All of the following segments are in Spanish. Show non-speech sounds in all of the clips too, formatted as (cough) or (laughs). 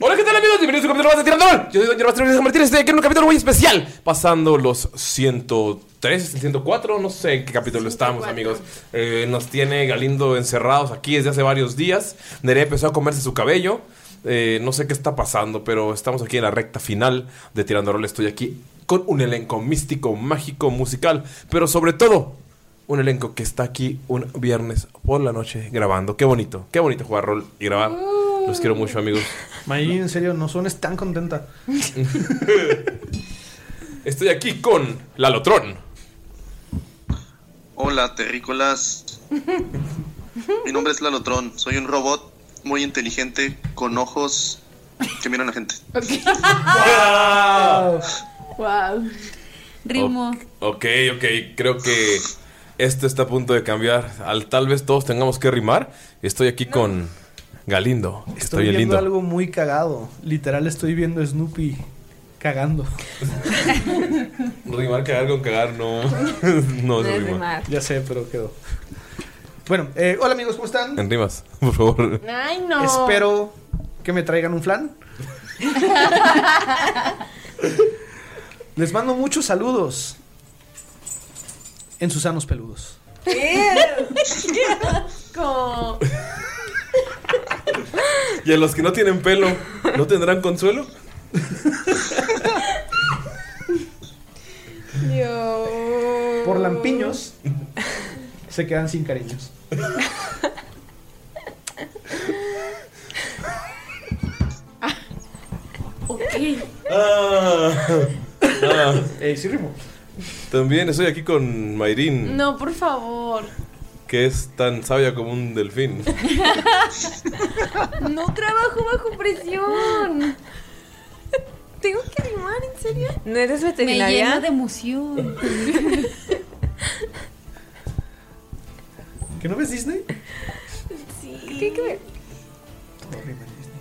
Hola, ¿qué tal amigos? Bienvenidos a un capítulo más de Tirando Gol. Yo soy Don Gervasio Rodríguez Martínez. Estoy aquí en un capítulo muy especial. Pasando los 103, 104, no sé en qué capítulo estamos, amigos. Eh, nos tiene Galindo encerrados aquí desde hace varios días. Nerea empezó a comerse su cabello. Eh, no sé qué está pasando, pero estamos aquí en la recta final de Tirando Rol. Estoy aquí con un elenco místico, mágico, musical, pero sobre todo un elenco que está aquí un viernes por la noche grabando. Qué bonito, qué bonito jugar rol y grabar. Los quiero mucho, amigos. Mayín, en serio, no suenes tan contenta. Estoy aquí con Lalotron. Hola, (laughs) terrícolas. Mi nombre es Lalotron. Soy un robot muy inteligente con ojos que miran a la gente. Wow. Rimo. Ok, ok, creo que esto está a punto de cambiar. Al tal vez todos tengamos que rimar. Estoy aquí con Galindo. que Estoy Estoy bien viendo lindo. algo muy cagado. Literal, estoy viendo Snoopy cagando. (laughs) Rimar, cagar con (laughs) cagar, no. no es rimar. Ya sé, pero quedó. Bueno, eh, hola amigos, ¿cómo están? En rimas, por favor. Ay, no. Espero que me traigan un flan. Les mando muchos saludos. En sus sanos peludos. Como- Y a los que no tienen pelo, ¿no tendrán consuelo? Dios. Por lampiños, se quedan sin cariños. Eh, sí, Rimo. También estoy aquí con Mayrin, No, por favor. que es tan sabia como un delfín. No trabajo bajo presión. Tengo que animar, ¿en serio? ¿No eres Me llena veterinaria? de emoción. ¿Que no ves Disney? Sí. ¿Qué que ver? Todo rima en Disney.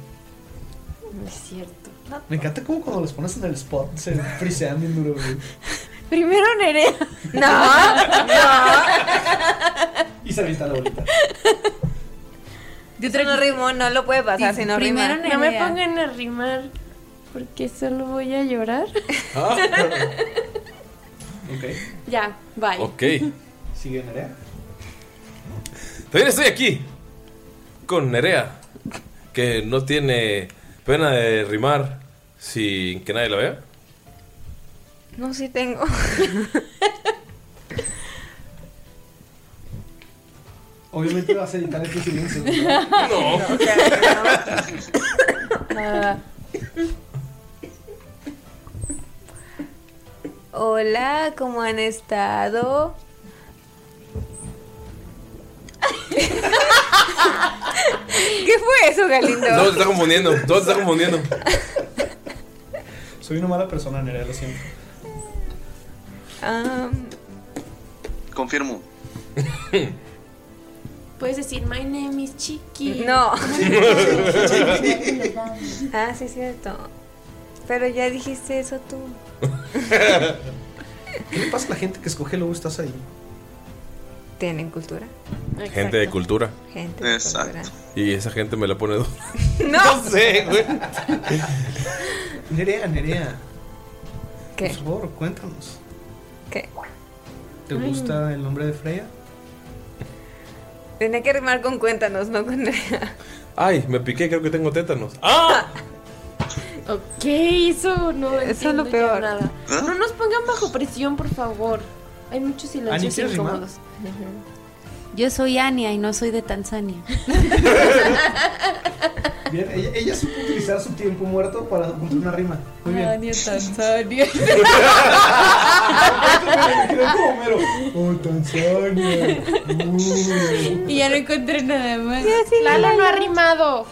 No es cierto. No. Me encanta como cuando los pones en el spot se frisean bien duro, güey. Primero Nerea. No. Y se avienta la bolita. Yo Eso no rimó, no lo puede pasar si no Primero rima. No me Nerea. pongan a rimar porque solo voy a llorar. Ok. Ya, bye. ok. Sigue Nerea. También estoy aquí con Nerea, que no tiene pena de rimar sin que nadie la vea. No, sí tengo. Obviamente vas a editar este silencio. No. Hola, ¿cómo han estado? (laughs) ¿Qué fue eso, Galindo? No, te está confundiendo. Todo te está confundiendo. Soy una mala persona, Nerea, lo siento. Am, Confirmo. Puedes decir, my name is Chiqui. No. Chiqui. (laughs) ah, sí, es cierto. Pero ya dijiste eso tú. ¿Qué le pasa a la gente que escoge luego estás ahí? ¿Tienen cultura? Gente de cultura. Gente de Exacto. cultura. Y esa gente me la pone dos. (laughs) No. sé, güey. Nerea, Nerea. ¿Qué? Por favor, cuéntanos. ¿Qué? ¿Te Ay. gusta el nombre de Freya? Tenía que rimar con cuéntanos, no con (laughs) Ay, me piqué, creo que tengo tétanos. ¿Qué hizo? No Eso es lo entiendo yo peor. nada. No nos pongan bajo presión, por favor. Hay muchos Ani, silencios ¿quieres rimar? incómodos. Yo soy Ania y no soy de Tanzania. Bien, ella, ella supo utilizar su tiempo muerto para cumplir una rima. Muy bien. Ania, Tanzania. Oh, Tanzania. y ya no encontré nada más. Lalo no ha rimado.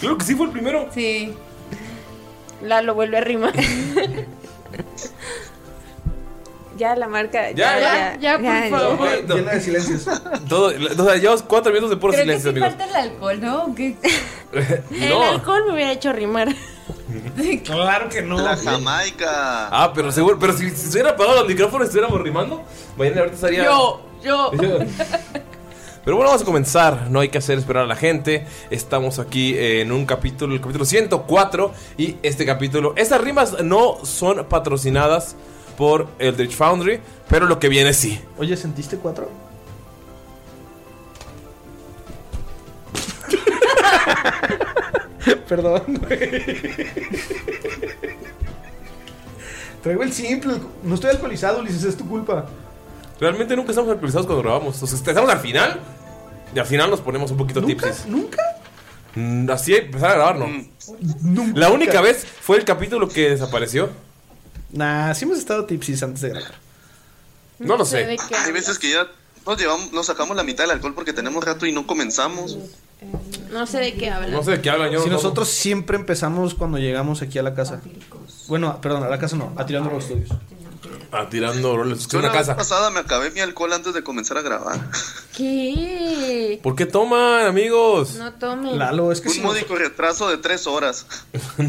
Creo que sí fue el primero. Sí. Lalo vuelve a rimar. Ya la marca. Ya, ya, ya, ya. Llena de silencios. Todo, o sea, llevamos cuatro minutos de puro Creo silencio, que sí amigos. falta el alcohol, ¿no? ¿O qué? El (laughs) No. alcohol me hubiera hecho rimar. Claro que no. La Jamaica. Ah, pero seguro, pero si, si se hubiera apagado los micrófonos y estuviéramos rimando, mañana ahorita estaría. Yo, yo. (laughs) Pero bueno, vamos a comenzar. No hay que hacer esperar a la gente. Estamos aquí eh, en un capítulo, el capítulo 104. Y este capítulo, estas rimas no son patrocinadas por Eldritch Foundry, pero lo que viene sí. Oye, ¿sentiste cuatro? (laughs) Perdón. Traigo el simple. No estoy alcoholizado, Ulises, es tu culpa. Realmente nunca estamos actualizados cuando grabamos. O sea, estamos al final y al final nos ponemos un poquito tipsis. ¿Nunca? Mm, Así empezar a grabar, ¿no? Mm. La única vez fue el capítulo que desapareció. Nah, sí hemos estado tipsis antes de grabar. No lo sé. Hay veces que ya nos llevamos, nos sacamos la mitad del alcohol porque tenemos rato y no comenzamos. No sé de qué hablan. sé de qué hablan yo. Si no- nosotros siempre empezamos cuando llegamos aquí a la casa. Bueno, perdón, a la casa no, a tirando los estudios. Ah, tirando roles. Es Yo una la vez casa. pasada me acabé mi alcohol antes de comenzar a grabar. (laughs) ¿Qué? ¿Por qué toman, amigos? (laughs) No tomen. es que Un si módico retraso de tres horas.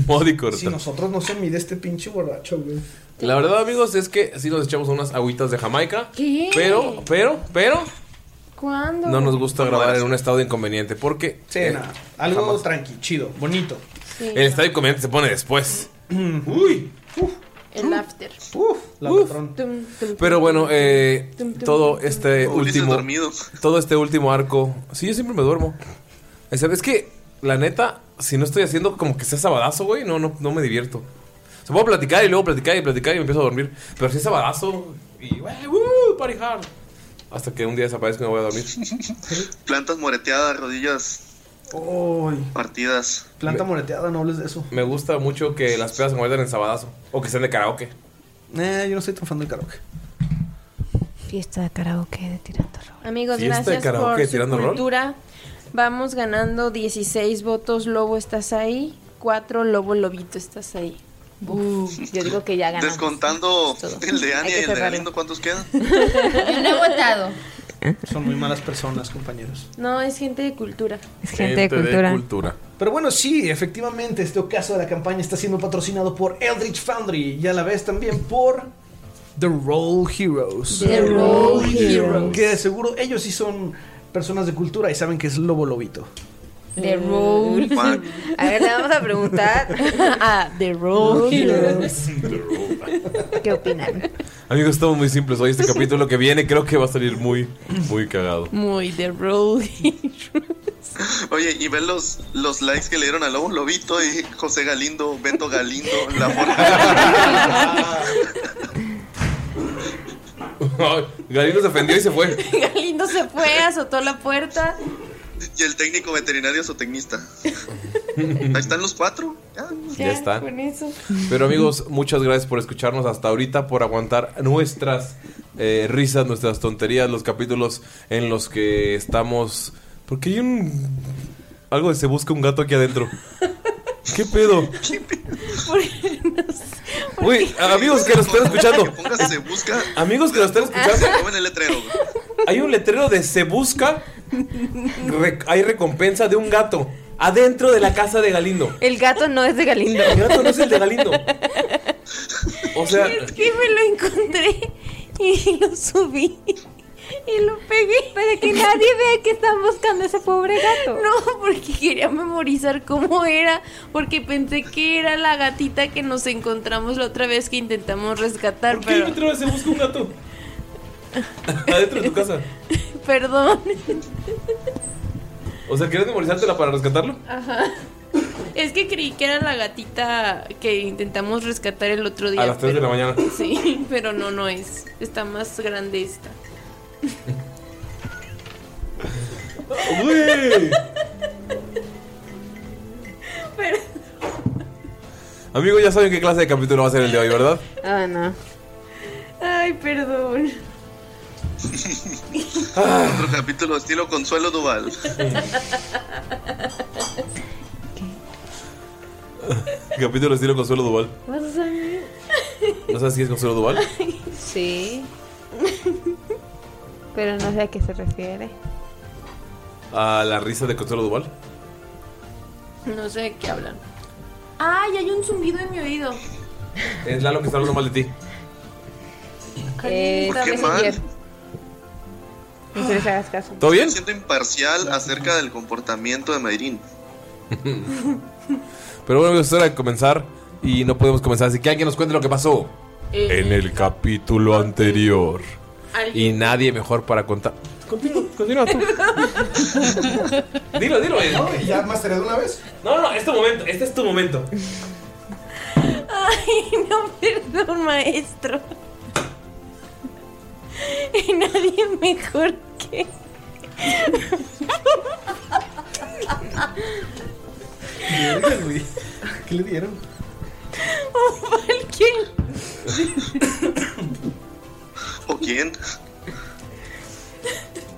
Módico. Si nosotros no se mide este pinche borracho, güey. La verdad, amigos, es que sí nos echamos unas agüitas de Jamaica. ¿Qué? Pero, pero, pero ¿Cuándo? no nos gusta grabar en un estado de inconveniente porque eh, Sí, nada. Algo tranqui, chido, bonito. Sí. el estado de inconveniente se pone después. Mm. Uy. El after. La patrón. Tum, tum. Pero bueno, eh, Tum, tum, todo tum, este tum. Ulises último. Todo este último arco. Sí, yo siempre me duermo. Eh, ¿sabes? Es que, la neta, si no estoy haciendo como que sea sabadazo, güey, no, no, no me divierto. Se puedo platicar y luego platicar y platicar y me empiezo a dormir. Pero si es sabadazo, y güey, uh, party hard. Hasta que un día desaparezco y me voy a dormir. Plantas moreteadas, rodillas Uy. partidas. Planta moreteada, no hables de eso. Me gusta mucho que las pedas se conviertan en sabadazo. O que sean de karaoke. Eh, yo no soy tan fan del karaoke. Fiesta de karaoke de tirando Amigos, Fiesta de gracias karaoke por su tirando rol. cultura. Vamos ganando 16 votos. Lobo, estás ahí. 4 Lobo, Lobito, estás ahí. Uh, yo digo que ya ganamos. Descontando el de Hay Ania que y el de cerrarlo. Galindo, ¿cuántos quedan? Yo no he votado. Son muy malas personas, compañeros. No, es gente de cultura. Es Pero bueno, sí, efectivamente, este ocaso de la campaña está siendo patrocinado por Eldritch Foundry y a la vez también por The Roll Heroes. The Roll Heroes. Que de seguro ellos sí son personas de cultura y saben que es Lobo Lobito. The Road. A ver, le vamos a preguntar (laughs) a The Road. ¿Qué opinan? Amigos, estamos muy simples hoy. Este capítulo que viene creo que va a salir muy, muy cagado. (laughs) Muy The Road. Oye, y ven los, los likes que le dieron a Lobo Lobito y José Galindo, Beto Galindo, la (laughs) Galindo se ofendió y se fue. (laughs) Galindo se fue, azotó la puerta. Y el técnico veterinario zootecnista. Ahí están los cuatro. Ya está. Con eso. Pero amigos, muchas gracias por escucharnos hasta ahorita, por aguantar nuestras eh, risas, nuestras tonterías, los capítulos en los que estamos... Porque hay un... Algo de se busca un gato aquí (laughs) adentro. ¿Qué pedo? Uy, Ah, amigos (laughs) que nos están escuchando. Póngase, busca. Amigos que nos están escuchando. Tomen el letrero. Hay un letrero de se busca, re- hay recompensa de un gato adentro de la casa de Galindo. El gato no es de Galindo. El gato no es el de Galindo. O sea, Es que me lo encontré y lo subí. Y lo pegué. Para que nadie vea que están buscando a ese pobre gato. No, porque quería memorizar cómo era. Porque pensé que era la gatita que nos encontramos la otra vez que intentamos rescatar. ¿por qué Pero, adentro se busca un gato? Adentro de tu casa. perdón. O sea, ¿quieres memorizártela para rescatarlo? Ajá. Es que creí que era la gatita que intentamos rescatar el otro día. A las 3 de la pero- mañana. Sí, pero no, no es. Está más grande esta. Güey. Pero- Amigos, ya saben qué clase de capítulo va a ser el de hoy, ¿verdad? Ah, no. Ay, perdón. Otro capítulo estilo Consuelo Duval. Capítulo estilo Consuelo Duval. ¿Vas a salir? ¿No sabes si es Consuelo Duval? Sí. Pero no sé a qué se refiere. ¿A Ah, la risa de Consuelo Duval? No sé de qué hablan. Ay, hay un zumbido en mi oído. Es Lalo que está hablando mal de ti. Ay, ¿Por Eh, qué también mal? ayer. No se les hagas caso. ¿Todo bien? Siendo imparcial acerca del comportamiento de Mayrin. Pero bueno, amigos, es hora de comenzar y no podemos comenzar. Así que alguien nos cuente lo que pasó Eh, en el capítulo anterior. Y alguien- nadie mejor para contar. Continúa, continúa tú. (laughs) Dilo, dilo. eh. ¿Ya masteré de una vez? No, no, es tu momento. Este es tu momento. Ay, no, perdón, maestro. Y nadie mejor que. ¿Qué le dieron? Un Valkyrie. ¿O quién?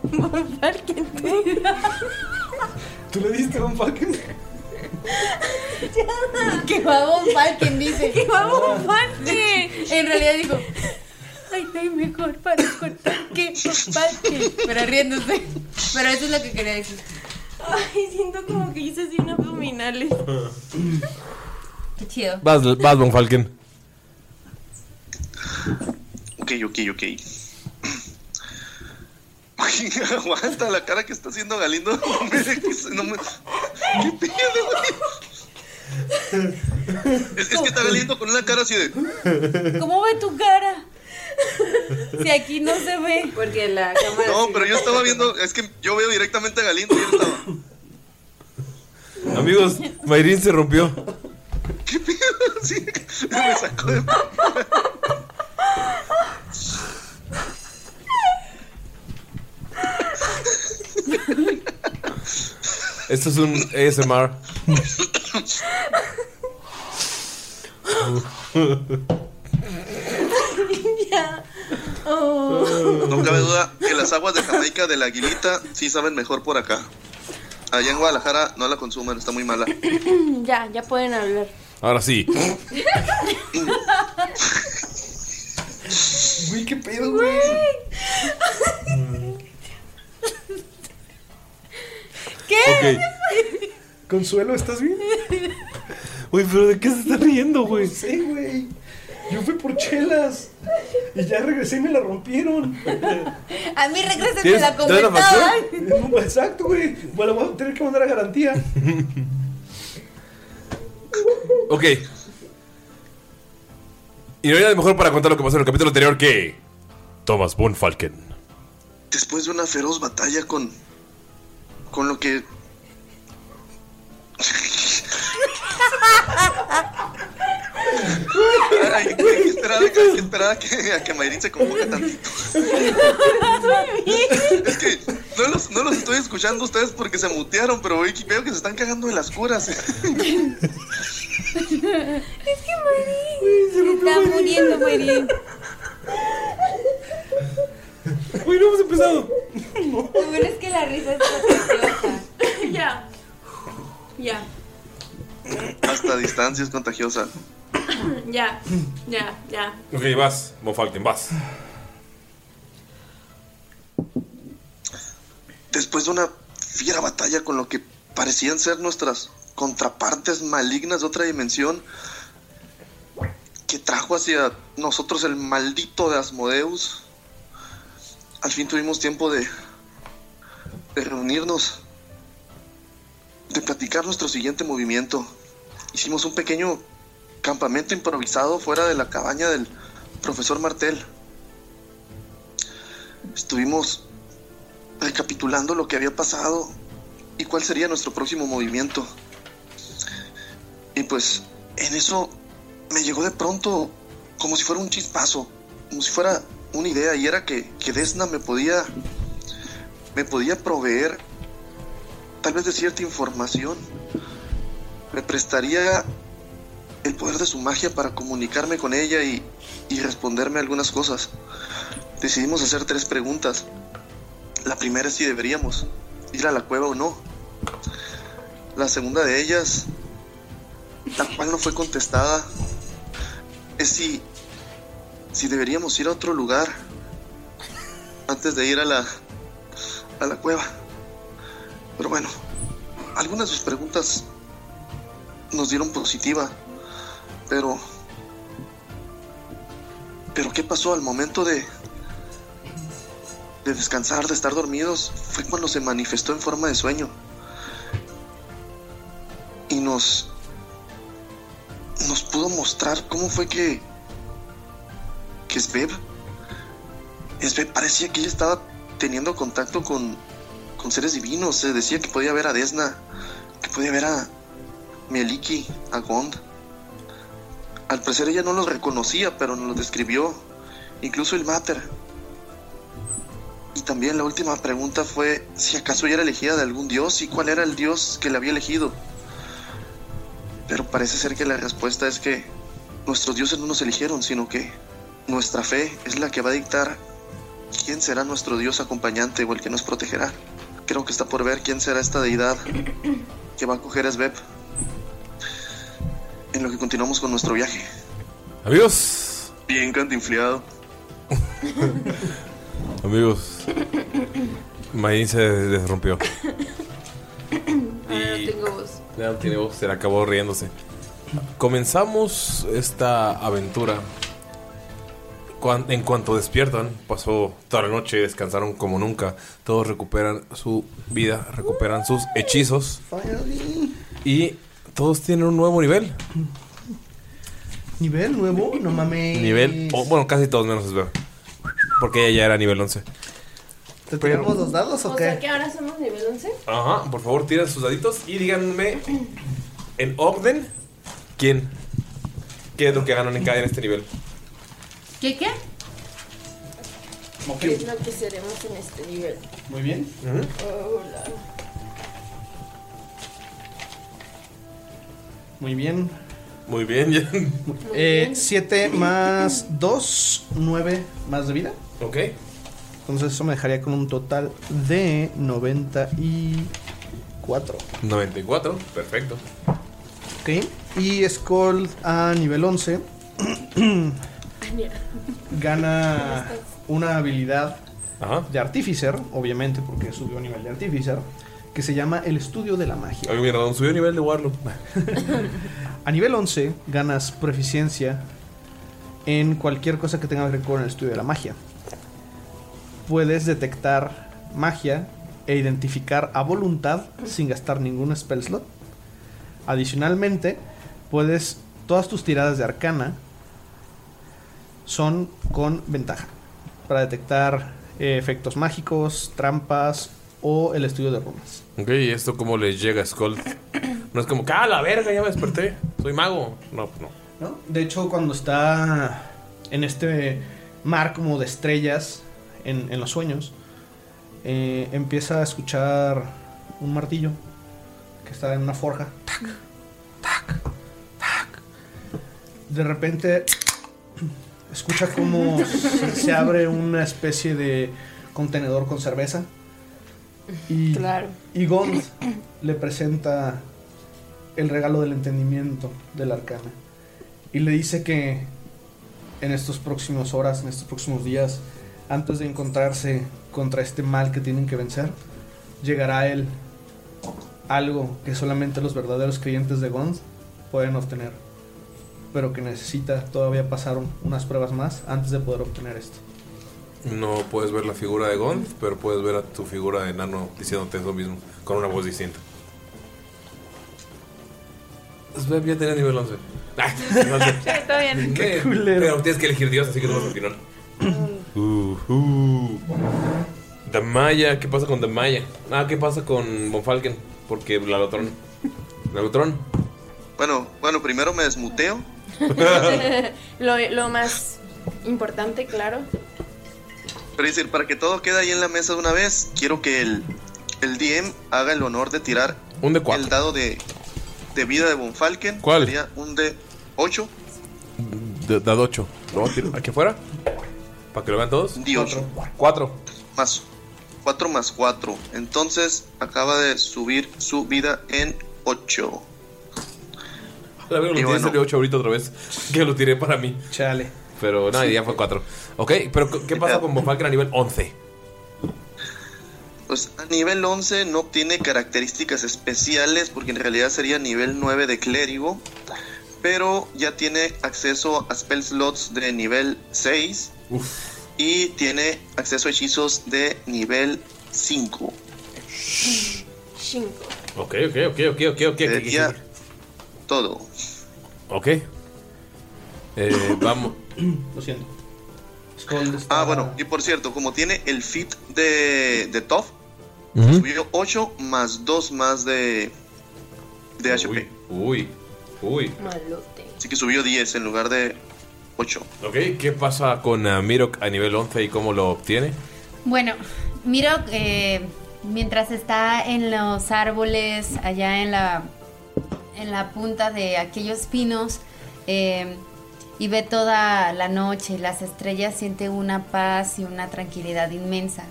Un Valkyrie. ¿Tú le diste un fucking? (laughs) Que va a bombar, quien dice. Que va a Ah. bombar. En realidad digo. Ay, no hay mejor para cortar que Valkyrie. Pero riéndose. Pero eso es lo que quería decir. Ay, siento como que hice así unos abdominales. Qué chido. Vas, vas, Von Falken. Ok, ok, ok. (laughs) Aguanta la cara que está haciendo Galindo. (laughs) No me dejes, no me- ¿Qué pedo, güey? Es, es que está Galindo con una cara así de. ¿Cómo ve tu cara? Si aquí no se ve. Porque la cámara. No, pero yo estaba viendo. Es que yo veo directamente a Galindo y él estaba. Amigos, Mayrin se rompió. ¿Qué pedo? (laughs) Sí, me sacó de. Esto es un ASMR. ya. Oh. No cabe duda que las aguas de Jamaica de la Aguilita sí saben mejor por acá. Allá en Guadalajara no la consuman, está muy mala. ya, ya pueden hablar. Ahora sí. Güey, qué pedo, güey. Mm. ¿Qué? Consuelo, ¿estás bien? Uy, pero ¿de qué se está riendo, güey? Sí, güey. Yo fui por chelas. Y ya regresé y me la rompieron. (laughs) A mí regresen me ¿Tienes- la traes la comentaban. Exacto, güey. Bueno, voy a tener que mandar a garantía. Ok. Y no hay nada mejor para contar lo que pasó en el capítulo anterior que. Thomas Von Falken. Después de una feroz batalla con. con lo que. Ay, güey, hay que esperar, hay que esperar a que, a que Mayrin se convoque tantito. Es que no los, no los estoy eh. escuchando a ustedes porque se mutearon, pero veo que veo que se están cagando en las curas. Es que Mari se está muriendo, Mari. Uy, no hemos empezado. (laughs) Lo bueno es que la risa es contagiosa. ya. Ya, Hasta distancia es contagiosa. ya, ya, ya. Ok, vas, Monfalken, vas. Después de una fiera batalla con lo que parecían ser nuestras contrapartes malignas de otra dimensión, que trajo hacia nosotros el maldito de Asmodeus, al fin tuvimos tiempo de, de reunirnos, de platicar nuestro siguiente movimiento. Hicimos un pequeño campamento improvisado fuera de la cabaña del profesor Martel. Estuvimos recapitulando lo que había pasado y cuál sería nuestro próximo movimiento. Y pues en eso me llegó de pronto como si fuera un chispazo, como si fuera una idea y era que, que Desna me podía me podía proveer tal vez de cierta información. Me prestaría el poder de su magia para comunicarme con ella y, y responderme algunas cosas. Decidimos hacer tres preguntas. La primera es si deberíamos ir a la cueva o no. La segunda de ellas, la cual no fue contestada, es si, si deberíamos ir a otro lugar antes de ir a la, a la cueva. Pero bueno, algunas de sus preguntas nos dieron positiva, pero... Pero ¿qué pasó al momento de, de descansar, de estar dormidos, fue cuando se manifestó en forma de sueño. Y nos. nos pudo mostrar cómo fue que. que Sveb. Sveb parecía que ella estaba teniendo contacto con. con seres divinos. Se decía que podía ver a Desna, que podía ver a. Mieliki, a Gond. Al parecer ella no los reconocía, pero nos los describió. Incluso el Mater. Y también la última pregunta fue si acaso ella era elegida de algún dios y cuál era el dios que la había elegido. Pero parece ser que la respuesta es que nuestros dioses no nos eligieron, sino que nuestra fe es la que va a dictar quién será nuestro dios acompañante o el que nos protegerá. Creo que está por ver quién será esta deidad que va a coger a Sveb. En lo que continuamos con nuestro viaje. Amigos, Bien cantinfliado. amigos. Mayrin se des- rompió. Ahora Ah, no tengo voz. Ya no tiene voz, se le acabó riéndose. Comenzamos esta aventura. Cuan- En cuanto despiertan, pasó toda la noche, descansaron como nunca. Todos recuperan su vida, recuperan sus hechizos. Y todos tienen un nuevo nivel. ¿Nivel nuevo? No mames. Nivel, oh, o, bueno, casi todos menos Esber. Porque ella ya era nivel 11. ¿Te tiramos los dados o O qué? sea que ahora somos nivel 11. Ajá, por favor, tiren sus daditos y díganme en orden quién. ¿Qué es lo que ganan en cada en este nivel? ¿Qué qué? ¿Qué es lo que seremos en este nivel? Muy bien. Hola. Muy bien. Muy bien, (laughs) ya. Eh, 7 más 2, 9 más de vida. Ok. Entonces eso me dejaría con un total de 94. 94, perfecto. Ok. Y Skull a nivel 11 gana una habilidad de Artificer, obviamente, porque subió a nivel de Artificer, que se llama el estudio de la magia. Ay, mierda, subió el nivel de Warlock. (laughs) A nivel 11 ganas proficiencia en cualquier cosa que tenga que ver con el estudio de la magia. Puedes detectar magia e identificar a voluntad sin gastar ningún spell slot. Adicionalmente, puedes todas tus tiradas de arcana son con ventaja para detectar eh, efectos mágicos, trampas o el estudio de runas. Ok, ¿y esto cómo les llega a Skull? No es como, ¡ah, la verga! Ya me desperté. Soy mago. No, no. ¿no? De hecho, cuando está en este mar como de estrellas en, en los sueños, eh, empieza a escuchar un martillo que está en una forja. ¡Tac! ¡Tac! ¡Tac! De repente escucha como se, se abre una especie de contenedor con cerveza. Y, Claro. y Gond le presenta el regalo del entendimiento del arcana. Y le dice que en estas próximas horas, en estos próximos días, antes de encontrarse contra este mal que tienen que vencer, llegará a él algo que solamente los verdaderos creyentes de Gond pueden obtener. Pero que necesita todavía pasar un- unas pruebas más antes de poder obtener esto. No puedes ver la figura de Gond, pero puedes ver a tu figura de enano diciéndote eso mismo, con una voz distinta. Sveb Pues, ya tenía nivel 11. Ah, no sé. (laughs) está bien. Eh, Pero tienes que elegir Dios, así que no vas al final. Ujú. The Maya, ¿qué pasa con The Maya? Ah, ¿qué pasa con Bonfalken? Porque Lalotron. (laughs) Lalotron. Bueno, bueno, primero me desmuteo. lo, lo más importante, claro. Pero es decir, para que todo quede ahí en la mesa de una vez, quiero que el, el DM haga el honor de tirar Un de el dado de, de vida de Bonfalken. ¿Cuál? Sería un de 8. D- Dad 8. ¿Lo voy a tirar aquí afuera? ¿Para que lo vean todos? Di 8. 4. Más 4 más 4. Entonces acaba de subir su vida en 8. La verdad, lo Y tiré bueno. salió 8 ahorita otra vez. (laughs) Que lo tiré para mí. Chale. Pero nada, ya fue 4. Ok, pero ¿qué- ¿qué pasa con Bonfalken a nivel 11? Pues a nivel 11 no obtiene características especiales porque en realidad sería nivel 9 de clérigo. Pero ya tiene acceso a spell slots de nivel 6. Y tiene acceso a hechizos de nivel 5. Cinco. Ok, ok, ok, ok, ok, ok. Sería todo. Ok. Eh, vamos. Lo siento. Ah, bueno, y por cierto, como tiene el fit de, de Toph, Ujú. subió 8 más 2 más de, de HP. Uy, uy. Malote. Así que subió 10 en lugar de 8. Ok, ¿qué pasa con eh, Mirok a nivel 11 y cómo lo obtiene? Bueno, mira, eh, mientras está en los árboles, allá en la, en la punta de aquellos pinos, eh, y ve toda la noche y las estrellas, siente una paz y una tranquilidad inmensa.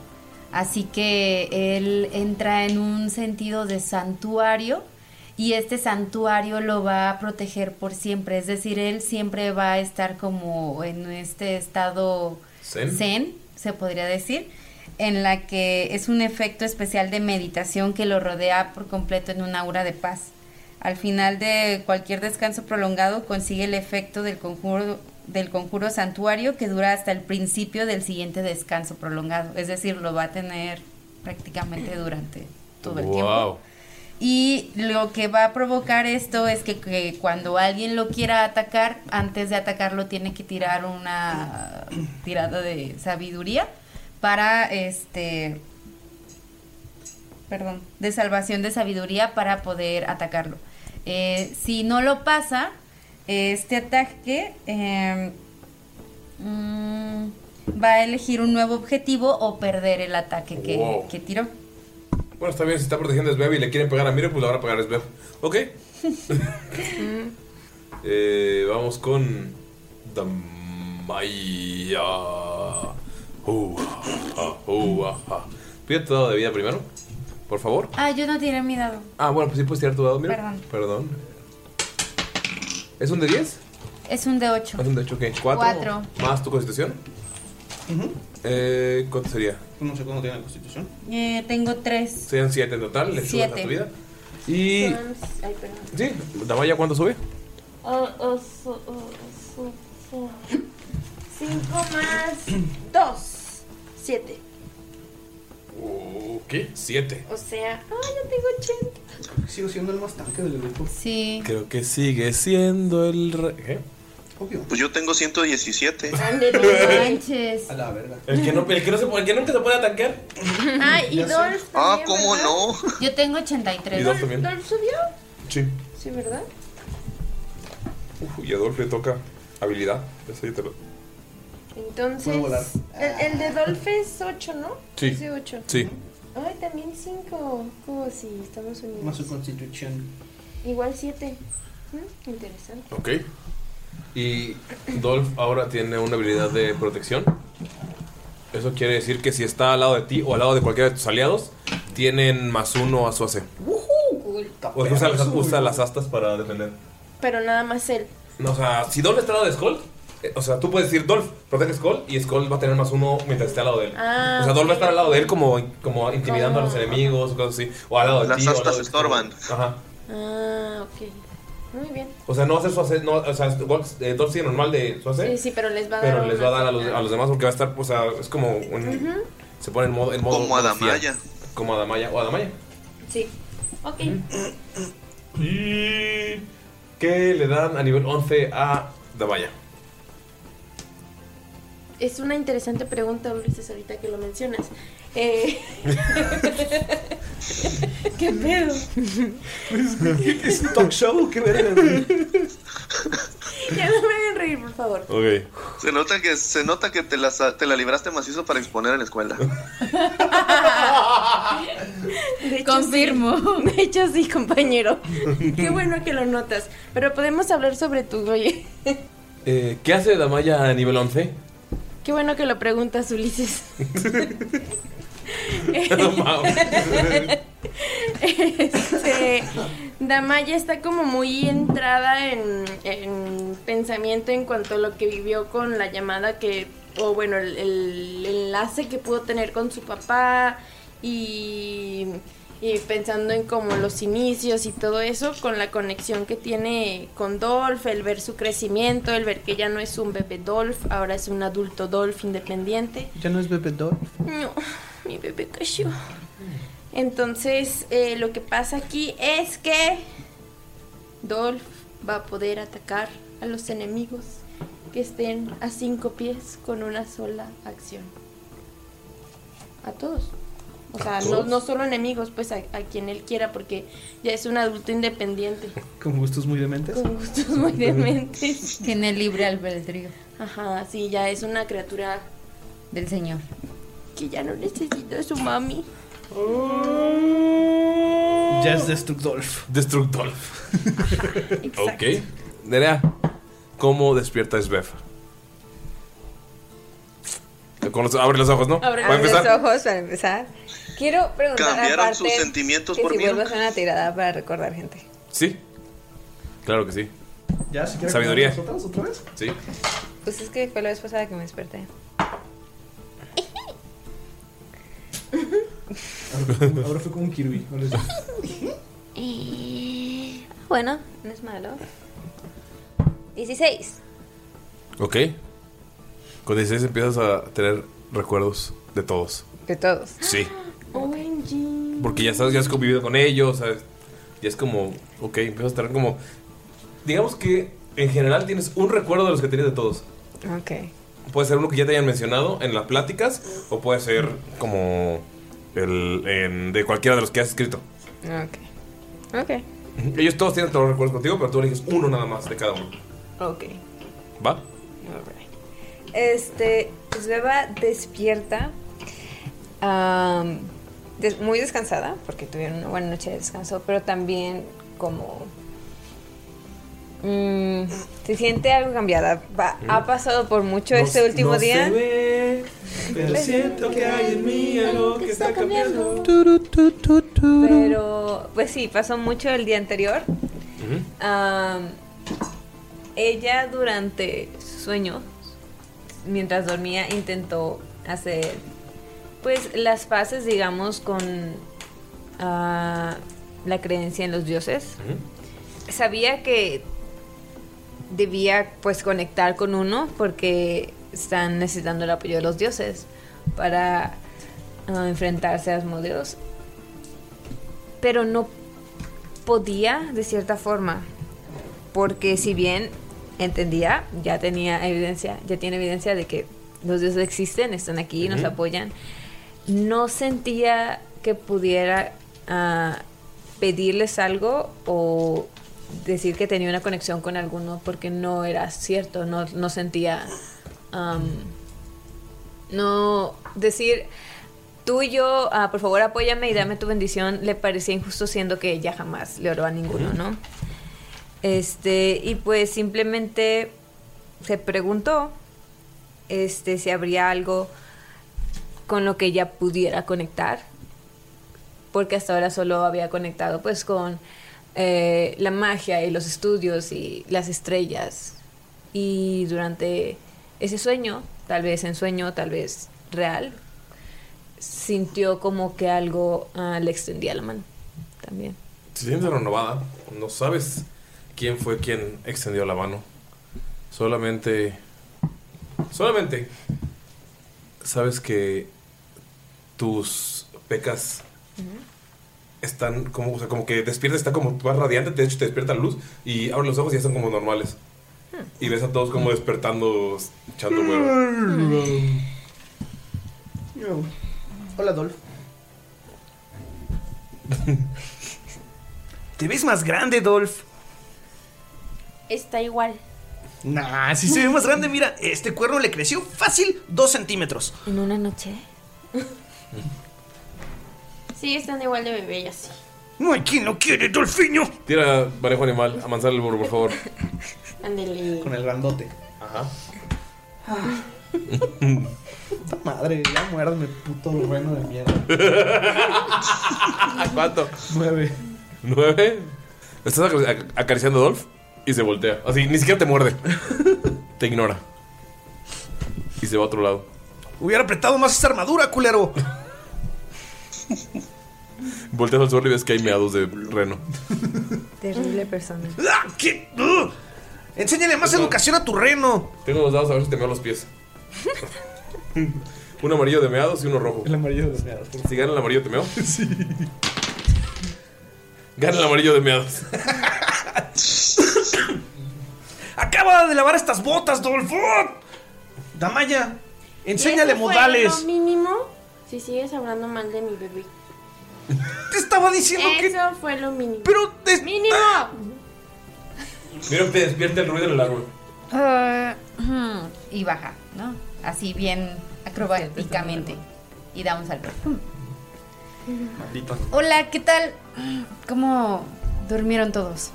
Así que él entra en un sentido de santuario y este santuario lo va a proteger por siempre. Es decir, él siempre va a estar como en este estado Zen. zen, se podría decir, en la que es un efecto especial de meditación que lo rodea por completo en una aura de paz. Al final de cualquier descanso prolongado consigue el efecto del conjuro del conjuro santuario que dura hasta el principio del siguiente descanso prolongado, es decir, lo va a tener prácticamente durante todo el tiempo. Wow. Y lo que va a provocar esto es que, que cuando alguien lo quiera atacar, antes de atacarlo tiene que tirar una tirada de sabiduría para este perdón, de salvación de sabiduría para poder atacarlo. Eh, si no lo pasa, este ataque eh, mm, va a elegir un nuevo objetivo o perder el ataque que, Wow. que tiró. Bueno, está bien, si está protegiendo a Sveb y le quieren pegar a Mirok, pues le van a pegar a Sveb. Ok. Eh, vamos con. Damaya. Uh, ah, uh, ah, ah. Pide tu dado de vida primero, por favor. Ah, yo no tiré mi dado. Ah, bueno, pues sí puedes tirar tu dado, mira. Perdón. Perdón. ¿Es un de 10? Es un de 8. Es un de 8, ok. 4. Cuatro. ¿Más tu constitución? eh, ¿Cuánto sería? No sé cómo tiene la constitución. tengo 3. Serían 7 en total, le subes a Siete. tu vida. Y. Ay, perdón. Sí, Damaya, ¿cuánto sube? Oh, oh, so- oh, so- so- Cinco más dos. Siete. Ok, 7. O sea, ah, yo tengo ochenta. Sigo siendo el más tanque del grupo. Sí. Creo que sigue siendo el re... ¿Qué? Pues yo tengo 117. (laughs) manches. A la verga. El que, no, el que no se puede- el que nunca se puede atacar. Ah, y Ya sé. Dolph Ah, ¿cómo no? Yo tengo 83. Y Dolph también. subió? Sí. Sí, ¿verdad? Uf, y a Adolf le toca habilidad. Eso yo te lo. Entonces, Puedo volar. el, el de Dolph es ocho, ¿no? Sí. Es de ocho. Sí. Ay, también cinco. Como si estamos unidos. Más su constitución. Igual siete. Mm, Interesante. Ok. Y Dolph ahora tiene una habilidad de protección. Eso quiere decir que si está al lado de ti o al lado de cualquiera de tus aliados, tienen más uno a su AC. O sea, usa, las- usa las astas para defender. Pero nada más él. No, o sea, si Dolph está al lado de Skull, eh, o sea, tú puedes decir Dolph, protege a Skull y Skull va a tener más uno mientras esté al lado de él. Ah, o sea, Dolph va a estar al lado de él como, como intimidando a los enemigos o cosas así. O al lado de Las ti. o al astas lado de- Ajá. Ah, ok. Muy bien. O sea, no va a ser su AC, no, o sea, es- eh, Dolph sigue normal de su AC. Sí, sí, pero les va a dar. Eh. Pero les va a una- dar a los, a los demás porque va a estar, o sea, es como un- Ujú. Se pone en modo. En modo Como modo Adamaya. fiel. Como Adamaya. O Adamaya. Sí. Ok. Y. ¿Qué le dan a nivel 11 a Adamaya? Es una interesante pregunta, Ulises, ahorita que lo mencionas. (laughs) Eh... ¿Qué (laughs) pedo? (laughs) ¿Es un talk show? ¿Qué verga? Ya no me hagan reír, por favor. Ok. Se nota que, se nota que te, la, sa- te la libraste macizo para exponer en la (laughs) escuela. Confirmo. De hecho, sí, (laughs) compañero. Qué bueno que lo notas. Pero podemos hablar sobre tu oye. Eh, ¿Qué hace Adamaya a nivel 11? Qué bueno que lo preguntas, Ulises. Este, Damaya está como muy entrada en, en pensamiento en cuanto a lo que vivió con la llamada que, o bueno, el, el enlace que pudo tener con su papá y, y pensando en como los inicios y todo eso, con la conexión que tiene con Dolph, el ver su crecimiento, el ver que ya no es un bebé Dolph, ahora es un adulto Dolph independiente. Ya no es Pepe Dolph. No, mi bebé cayó. Entonces, eh, lo que pasa aquí es que Dolph va a poder atacar a los enemigos que estén a cinco pies con una sola acción. A todos. O sea, no, no solo enemigos, pues a, a quien él quiera, porque ya es un adulto independiente. Con gustos muy dementes. Con gustos muy dementes. Tiene libre albedrío. Ajá, sí, ya es una criatura del (laughs) Señor. Que ya no necesita a su mami. Ya es Destruct Dolph. Destruct Dolph. Ok. Nerea, ¿cómo despierta Svev? Con los- abre los ojos, ¿no? Abren Va a empezar. los ojos para empezar. Quiero preguntar Cambiaron aparte sus sentimientos que por si mí. vuelvo a hacer una tirada para recordar gente. Sí. Claro que sí. ¿Ya? Si quieres Sabiduría. que nosotros otra vez. Sí. Pues es que fue la vez pasada que me desperté. Ahora fue como- Ahora fue como un Kirby. ahora sí. Y- Bueno, no es malo. 16. Ok. Con 16 empiezas a tener recuerdos de todos. De todos. (gasps) Sí. OMG. Porque ya sabes, ya has convivido con ellos, ¿sabes? Ya es como, ok, empiezas a tener como... Digamos que en general tienes un recuerdo de los que tenías de todos. Ok. Puede ser uno que ya te hayan mencionado en las pláticas o puede ser como el en- de cualquiera de los que has escrito. Ok. Ok. Ellos todos tienen todos los recuerdos contigo, pero tú eliges uno nada más de cada uno. Ok. ¿Va? Este, Sveva despierta am, des- muy descansada, porque tuvieron una buena noche de descanso, pero también como... mm, se siente algo cambiada. Va- ha pasado por mucho Mm. No este s- último no se día. ve, pero siento que hay en mí algo que está cambiando. Pero, pues sí, pasó mucho el día anterior. Am, ella durante su sueño, mientras dormía, intentó hacer, pues, las fases, digamos, con ah, la creencia en los dioses. Sabía que debía, pues, conectar con uno porque están necesitando el apoyo de los dioses para ah, enfrentarse a Asmodeus. Pero no podía de cierta forma, porque si bien entendía, ya tenía evidencia, ya tiene evidencia de que los dioses existen, están aquí, nos Ujú. apoyan, no sentía que pudiera ah, pedirles algo o decir que tenía una conexión con alguno porque no era cierto, no, no sentía... am, no decir, tú y yo, ah, por favor apóyame y dame tu bendición, le parecía injusto siendo que ella jamás le oró a ninguno, ¿no? Este, y pues simplemente se preguntó este, si habría algo con lo que ella pudiera conectar, porque hasta ahora solo había conectado pues con eh, la magia y los estudios y las estrellas. Y durante ese sueño, tal vez en sueño, tal vez real, sintió como que algo ah, le extendía la mano también. Se siente renovada. No sabes quién fue quien extendió la mano. Solamente. Solamente. Sabes que tus pecas están como, o sea, como que despierta, está como vas radiante, de hecho te despierta la luz y abres los ojos y ya están como normales. Y ves a todos como despertando, echando huevo. Yo. Hola, Dolph. Te ves más grande, Dolph. Está igual. Nah, sí se ve más grande. Mira, este cuerno le creció fácil dos centímetros. ¿En una noche? Sí, están igual de bebé y así. No hay quien lo quiere, Dolfiño. Tira manejo animal, amansar el burro, por favor. Ándele. Con el grandote. Ajá. Puta madre, ya muérdame, puto bueno de mierda. (laughs) ¿Cuánto? Nueve. ¿Nueve? Estás acar- acariciando a Dolph y se voltea. Así, ni siquiera (laughs) te muerde. te ignora. Y se va a otro lado. Hubiera apretado más esa armadura, culero. Volteas al suelo y ves que hay meados de reno. Terrible persona. ¡Ah, qué! ¡Ugh! Enséñale más educación a tu reno. Tengo dos dados a ver si te meo (laughs) los pies. uno amarillo de meados y uno rojo. El amarillo de meados. Si gana el amarillo, te meo. Sí. Gana el amarillo de meados. Acaba de lavar estas botas, Dolph. ¡Oh! Damaya, enséñale ¿Y eso fue modales. Lo mínimo, si sigues hablando mal de mi bebé. Te estaba diciendo Eso Eso fue lo mínimo. Pero mínimo. Mira que te despierta el ruido del (laughs) árbol. Ah, hmm, y baja, ¿no? Así bien acrobáticamente. Y da un salto. Maldito. Hola, ¿qué tal? ¿Cómo durmieron todos?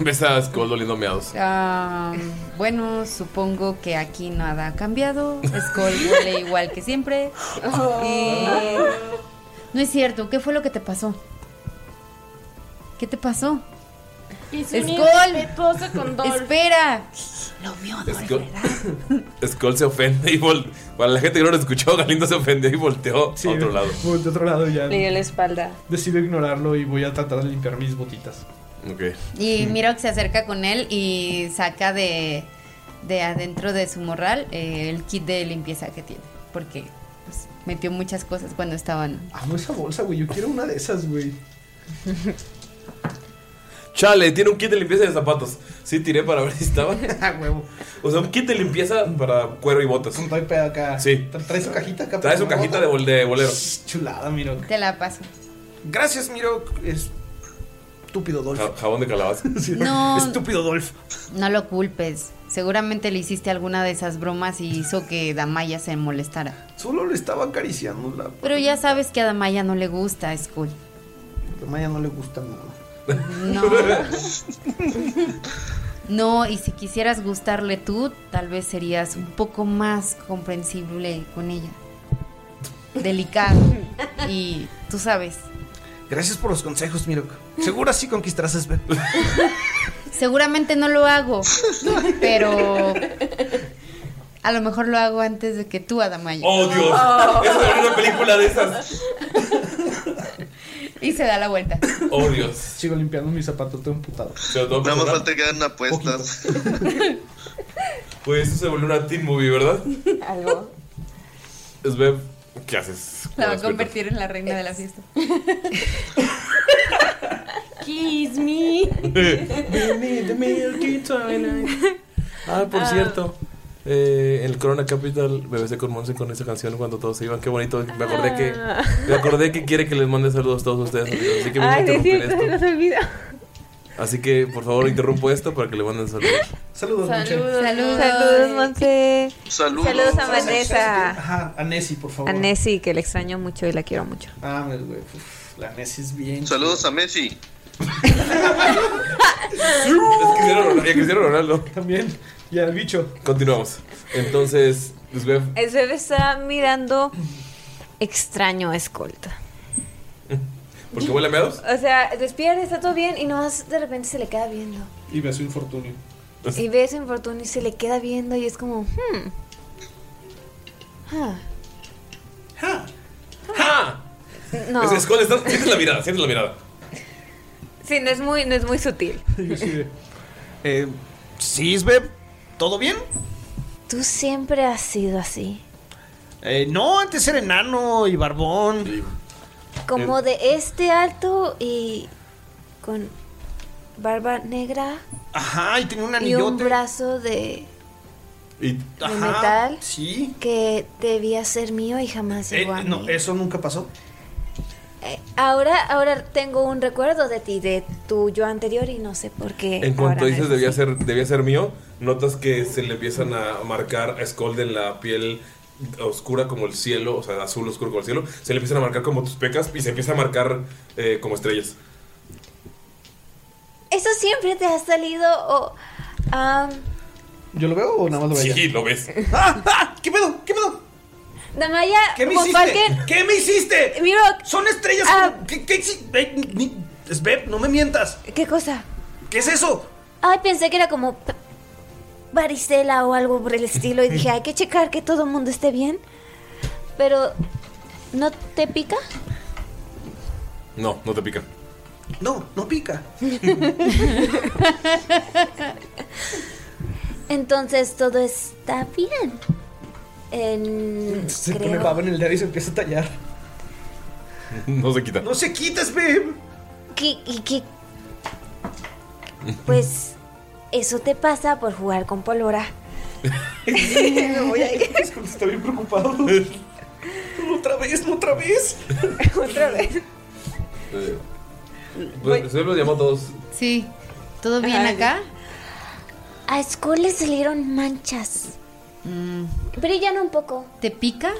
Ves a Skull doliendo meados. Ah, bueno, supongo que aquí nada ha cambiado. Skull huele igual que siempre. Y- No es cierto, ¿qué fue lo que te pasó? ¿Qué te pasó? Es Skull. irrespetuoso con Dolph. Espera. Lo mío, Skull, (laughs) Skull se ofende y vol... Para la gente que no lo escuchó, Galindo se ofendió y volteó a otro lado. Voy de otro lado ya. Le dio la espalda. Decido ignorarlo y voy a tratar de limpiar mis botitas. Ok. Y Miro que se acerca con él y saca de, de adentro de su morral eh, el kit de limpieza que tiene. Porque pues, metió muchas cosas cuando estaban. Amo esa bolsa, güey. Yo quiero una de esas, güey. Chale, tiene un kit de limpieza de zapatos. Sí, tiré para ver si estaba. huevo. O sea, un kit de limpieza para cuero y botas. Trae pedo acá. Sí. Trae su cajita acá. Trae su pero no cajita de, bota. bol- de bolero. Chulada, miro. Te la paso. Gracias, Miro. Es- Estúpido Dolph. Ja- jabón de calabaza. (laughs) No. Estúpido Dolph. No lo culpes. Seguramente le hiciste alguna de esas bromas y hizo que Damaya se molestara. Solo le estaba acariciando la. Pero ya sabes que a Damaya no le gusta Skull. A Maya no le gusta nada. No. No, y si quisieras gustarle tú, tal vez serías un poco más comprensible con ella. Delicado. Y tú sabes. Gracias por los consejos, Miro. Seguro así conquistarás a Sveb. Seguramente no (laughs) lo hago, pero a lo mejor lo hago antes de que tú, Adamaya. ¡Oh, Dios! Eso es una película de esas. Y se da la vuelta. ¡Oh, Dios! Sigo limpiando mis zapatos, estoy emputado. Nada más falta que hagan apuestas. (laughs) Pues eso se volvió una teen movie, ¿verdad? Algo. Sveb, ¿qué haces? La va a convertir en la reina de la fiesta. Kiss me. Ah, por Ah. cierto. eh, el Corona Capital me besé con Monse con esa canción cuando todos se iban. Qué bonito. Me acordé que me acordé que quiere que les mande saludos a todos ustedes. amigos, Así que me Ay, hizo de interrumpir cierto, esto. se nos olvidó. Así que, por favor, interrumpo esto para que le manden saludos. Saludos, Monche. Saludos, saludos, Saludos, Monse. Saludos. Saludos a Saludos. Vanessa. Ajá, a Nessie, por favor. A Nessie, que le extraño mucho y la quiero mucho. Ah, me- güey. uf, La Nessie es bien. Saludos a Messi. Es Cristiano Ronaldo- y a Cristiano Ronaldo. También. Y al bicho. Continuamos. Entonces, pues, Lisbeth, El bebé está mirando extraño a escolta. ¿por qué huele a meados? O sea, despierta, está todo bien y nomás de repente se le queda viendo. Y ve su (laughs) infortunio. Y ve su infortunio y se le queda viendo y es como, hmm. Ah. ¡Ja! No. Es, es, ¿cuál estás? Sientes la mirada, sientes la mirada. Sí, no es muy, no es muy sutil. Eh, Sisbeb, ¿todo bien? Tú siempre has sido así. Eh, no, antes era enano y barbón. Como de este alto y con barba negra Ajá, y tenía un y un anillote. brazo de, Y, de ajá, metal Sí. que debía ser mío y jamás Eh, llegó a mí. no, eso nunca pasó. Eh, ahora, ahora tengo un recuerdo de ti, de tu yo anterior y no sé por Eh, qué. En cuanto ahora dices no es debía así. ser, debía ser mío, notas que se le empiezan a marcar a Scold en la piel oscura como el cielo, o sea, azul oscuro como el cielo, se le empiezan a marcar como tus pecas y se empieza a marcar eh, como estrellas. ¿Eso siempre te ha salido o...? am, ¿Yo lo veo o nada más lo veo? Sí, lo ves. ¡Ah! ¡Ah! ¿Qué pedo? ¿Qué pedo? Damaya, ¿Qué me Von hiciste? Falken, ¿Qué me hiciste? Miro, Ah. Son estrellas. como- ¿Qué, qué hici- eh, ni- Sveb, no me mientas. ¿Qué cosa? ¿Qué es eso? Ay, pensé que era como p- varicela o algo por el estilo y dije, hay que checar que todo el mundo esté bien. Pero, ¿no te pica? No, no te pica. No, no pica. Entonces todo está bien. En, Se pone creo. baba en el dedo y se empieza a tallar. No se quita. No se quita, Sveb. ¿Qué- y qué- Pues eso te pasa por jugar (laughs) con Polora. Me voy a ir. Scold está bien (laughs) preocupado. Otra vez, otra vez. (laughs) otra vez. Eh, pues, se los llamó a todos. Sí. ¿Todo bien acá? A Skull le salieron manchas. Brillan un poco. ¿Te pica?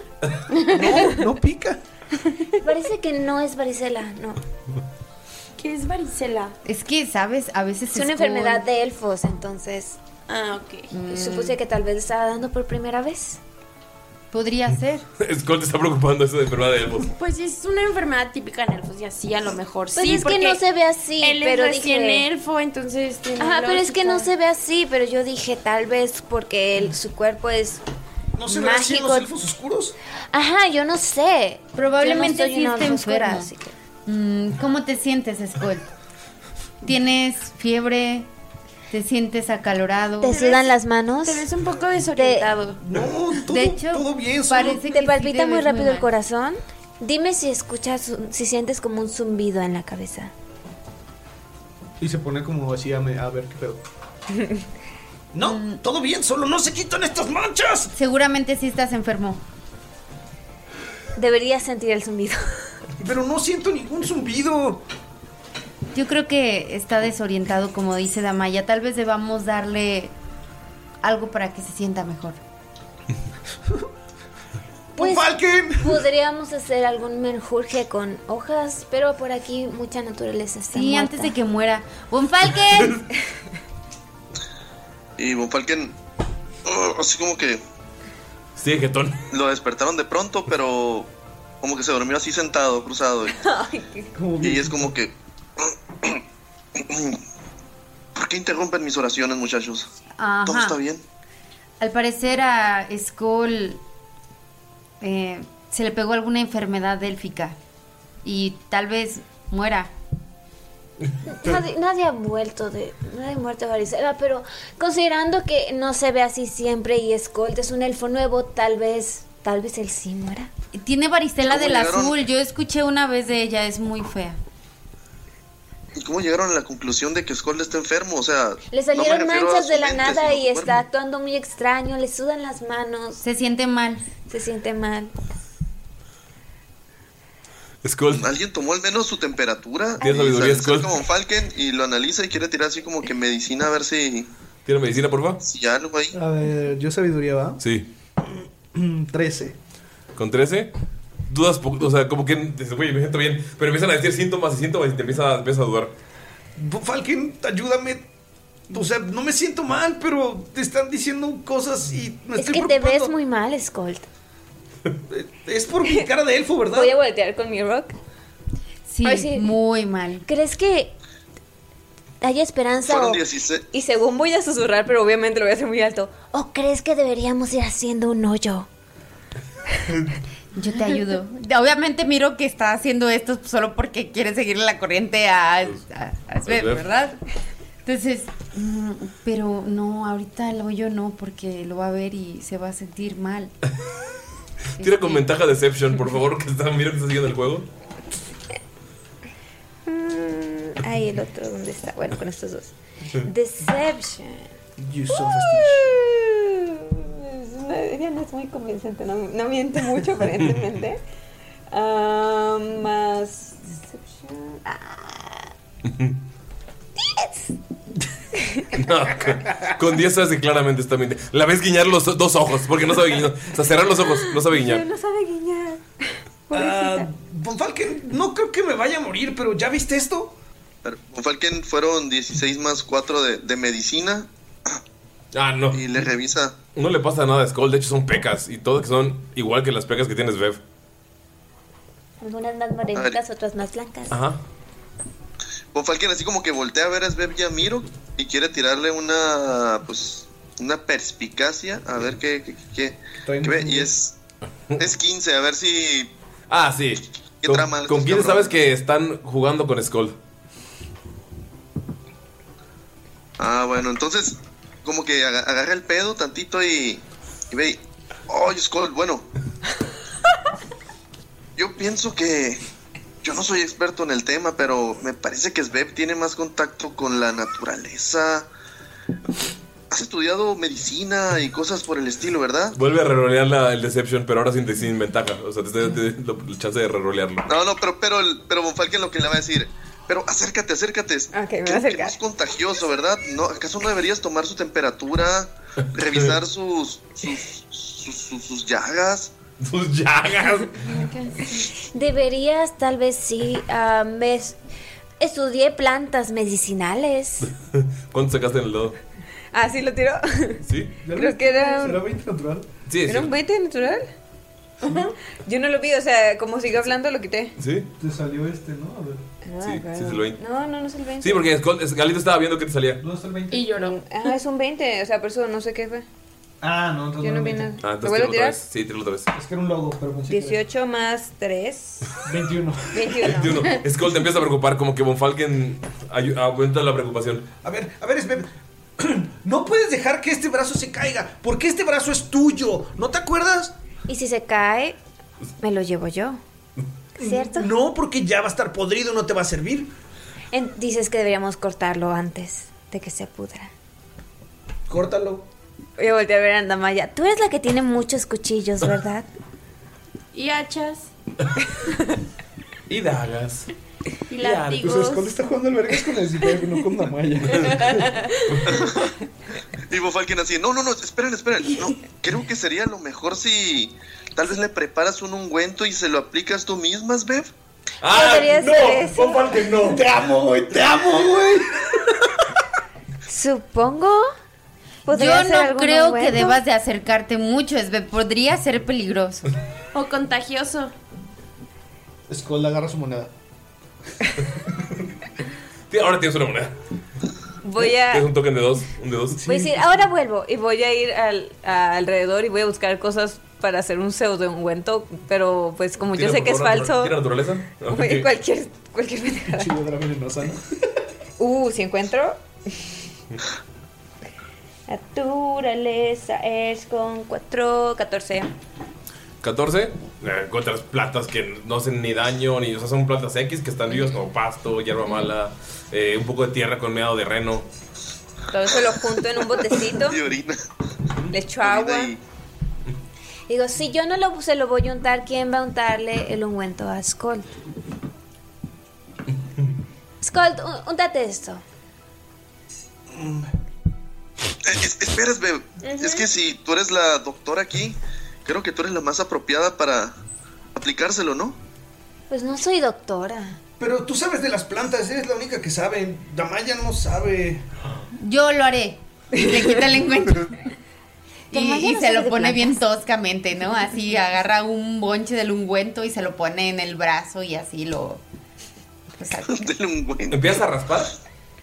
No, no pica. Parece que no es varicela, no. ¿Qué es varicela? Es que, ¿sabes? A veces Es una como- enfermedad de elfos, entonces. Ah, ok. Mm. Supuse que tal vez estaba dando por primera vez. Podría ser. (laughs) Scold te está preocupando eso de enfermedad de elfos. Pues es una enfermedad típica en elfos y así a lo mejor Pues sí. es que no se ve así, Él pero es recién dije- elfo, entonces tiene Ajá, pero es que no lógica. se ve así, pero yo dije tal vez porque el- su cuerpo es ¿No se ven así en mágico. los elfos oscuros? Ajá, yo no sé. Probablemente Yo no soy sí una esté elfa oscura, enfermo. así que- Mm, ¿Cómo te sientes, Skull? ¿Tienes fiebre? ¿Te sientes acalorado? Ah, ¿Te sudan las manos? te ves un poco desorientado. No, todo, De hecho, todo bien. solo- Parece ¿Te palpita muy rápido el corazón? Dime si escuchas, un- si sientes como un zumbido en la cabeza. Y se pone como así a, me- a ver qué pedo. No, todo bien, solo no se quitan estas manchas. Seguramente sí estás enfermo. Deberías sentir el zumbido. (laughs) Pero no siento ningún zumbido. Yo creo que está desorientado, como dice Damaya. Tal vez debamos darle algo para que se (laughs) sienta mejor. Pues, Falken! Podríamos hacer algún menjurje con hojas, pero por aquí mucha naturaleza está Sí, muerta. antes de que muera. ¡Bonfalken! Y Von Falken, oh, así como que Sí, jetón. lo despertaron de pronto, pero como que se durmió así sentado, (laughs) cruzado. Y, y es como que. (clears throat) ¿Por qué interrumpen mis oraciones, muchachos? Ajá. ¿Todo está bien? Al parecer a Skull eh, se le pegó alguna enfermedad élfica y tal vez muera. Nadie, nadie ha vuelto de. Nadie ha muerto de varicela, pero considerando que no se ve así siempre y Skolt es un elfo nuevo, tal vez. Tal vez él sí muera. Tiene varicela ¿Cómo del llegaron? azul. Yo escuché una vez de ella, es muy fea. ¿Y cómo llegaron a la conclusión de que Skull está enfermo? O sea. no Le me salieron refiero a manchas su de la mente, nada sino y su está actuando muy extraño, le sudan las manos, Se siente mal. se siente mal. Skull. Alguien tomó al menos su temperatura. Tiene Y sabiduría, se acerca Skull. como Falken y lo analiza y quiere tirar así como que medicina a ver si, ¿Tiene medicina, por favor? si hay algo ahí. A ver, yo sabiduría va. Sí. Mm, 13. Con 13, dudas, po- o sea, como que dices, güey, me siento bien. Pero empiezan a decir síntomas y síntomas y te empieza- empiezas a dudar. Falken, ayúdame. O sea, no me siento mal, pero te están diciendo cosas y me Es estoy que te ves preocupando. muy mal, Scold. Es por mi cara de elfo, ¿verdad? Voy a voltear con mi rock. Sí, muy mal. ¿Crees que hay esperanza Fueron o, 16. Y según voy a susurrar, pero obviamente lo voy a hacer muy alto. o crees que deberíamos ir haciendo un hoyo? Yo te ayudo. Obviamente miro que está haciendo esto solo porque quiere seguirle la corriente a, a, a Sveb, Sveb. ¿verdad? Entonces, mm, pero no, ahorita el hoyo no, porque lo va a ver y se va a sentir mal. Tira con ventaja Deception, por favor, que está, mira que está siguiendo (laughs) el juego. Mm, ahí el otro, ¿dónde está? Bueno, con estos dos. Deception. You este, Es una- Ella no es muy convincente, no, no miente mucho (laughs) aparentemente. Ah, más. Deception. Ah. No, con- con 10 sabes que claramente está mintiendo. La ves guiñar los dos ojos, porque no sabe guiñar. O sea, cerrar los ojos, no sabe guiñar. No sabe guiñar. Ah, Von Falken, no creo que me vaya a morir, pero ¿ya viste esto? Pero con Falken fueron 16 más 4 de, de medicina. Ah, no. Y le revisa. No le pasa nada a Skull, de hecho son pecas. Y todas que son igual que las pecas que tienes, Bev. Algunas más morenitas, otras más blancas. Ajá. Von Falken así como que voltea a ver a Sveb y a Miro y quiere tirarle una pues una perspicacia a ver qué, qué- qué- qué ve. Y es, es 15, a ver si Ah, sí. Con, trama con estos 15 cabrones? sabes que están jugando con Skull. Ah, bueno, entonces como que aga- agarra el pedo tantito y, y ve, y, oh, Skull, bueno. Yo pienso que yo no soy experto en el tema, pero me parece que Sveb tiene más contacto con la naturaleza. Has estudiado medicina y cosas por el estilo, ¿verdad? Vuelve a rerolear la- el Deception, pero ahora sin, sin ventaja. O sea, te estoy dando la chance de rerolearlo. (laughs) No, no, pero pero el- pero Von Falken lo que le va a decir, pero acércate, acércate. Ah, me voy a Creo que acercar. no es contagioso, ¿verdad? No, ¿acaso no deberías tomar su temperatura, revisar sus sus, sus, sus- sus llagas? Sus llagas. (laughs) Deberías, tal vez sí. ah, me es- estudié plantas medicinales. ¿Cuánto sacaste en el dado? Ah, sí, lo tiró. Sí. Creo que era un- 20 natural? Sí, ¿Era un 20 natural? Yo no lo vi, o sea, como siguió hablando, lo quité. Sí. Te salió este, ¿no? A ver. Ah, Sí, claro. sí es el 20. No, no, no es el 20. Sí, porque Skull- Galito estaba viendo que te salía. No, es el 20. Y lloró. Ah, es un 20, o sea, por eso no sé qué fue. Ah, no, entonces Yo no lo vi metí. nada. Ah, ¿Lo entonces vuelvo a tíralo otra tirar? vez. Sí, tíralo otra vez. Es que era un logo, pero pensé que 18 más 3. era- 21. 21. 21. (laughs) Skull te empieza a preocupar, como que Bonfalken ayu- aumenta la preocupación. A ver, a ver, Sveb. (clears throat) No puedes dejar que este brazo se caiga, porque este brazo es tuyo. ¿No te acuerdas? Y si se cae, me lo llevo yo. ¿Cierto? No, porque ya va a estar podrido, no te va a servir. En- dices que deberíamos cortarlo antes de que se pudra. Córtalo. Voy a voltear a ver a Andamaya. Tú eres la que tiene muchos cuchillos, ¿verdad? Y hachas. Y dagas. Y Ya, látigos. pues, Skull está jugando al vergas con el Zipper, no con Damaya. Y Von Falken así, no, no, no, esperen, esperen. No, creo que sería lo mejor si tal vez le preparas un ungüento y se lo aplicas tú misma, Bev. Ah, Deberías no, hacer eso. Von Falken no. Te amo, güey, te amo, güey. Supongo. ¿Podría Yo hacer no algún creo que ungüento? debas de acercarte mucho, Sveb. Podría ser peligroso. O contagioso. Skull agarra su moneda. Tí- Ahora tienes una moneda. Voy a. Tienes un token de dos. Un de dos. Voy a decir, ahora vuelvo. Y voy a ir al, a- alrededor y voy a buscar cosas para hacer un pseudo ungüento. Pero pues como yo Tira, sé por que es favor, falso. ¿Tira naturaleza? (laughs) güey, Ok. Cualquier, cualquier pendejada. Chilladra venenosa, Uh, si (laughs) encuentro. Naturaleza es con 4, 14. 14. eh, Encuentras plantas que no hacen ni daño, ni. O sea, son plantas X que están vivas como pasto, hierba mala, eh, un poco de tierra con meado de reno. (laughs) Todo eso lo junto en un botecito. orina. eh, Le echo agua. Digo, si yo no lo, se lo voy a untar, ¿quién va a untarle el ungüento a Skolt? Skolt, un- untate esto. Mm. Eh, es- Espera, Esbe, es que si tú eres la doctora aquí, creo que tú eres la más apropiada para aplicárselo, ¿no? Pues no soy doctora. Pero tú sabes de las plantas, eres la única que sabe. Damaya no sabe. Yo lo haré. Y Le quita el encuentro. Y, Damaya y no se sabe lo de pone plantas. bien toscamente, ¿no? (laughs) Así agarra un bonche del ungüento y se lo pone en el brazo y así lo. (laughs) pues, así. ¿Empiezas a raspar?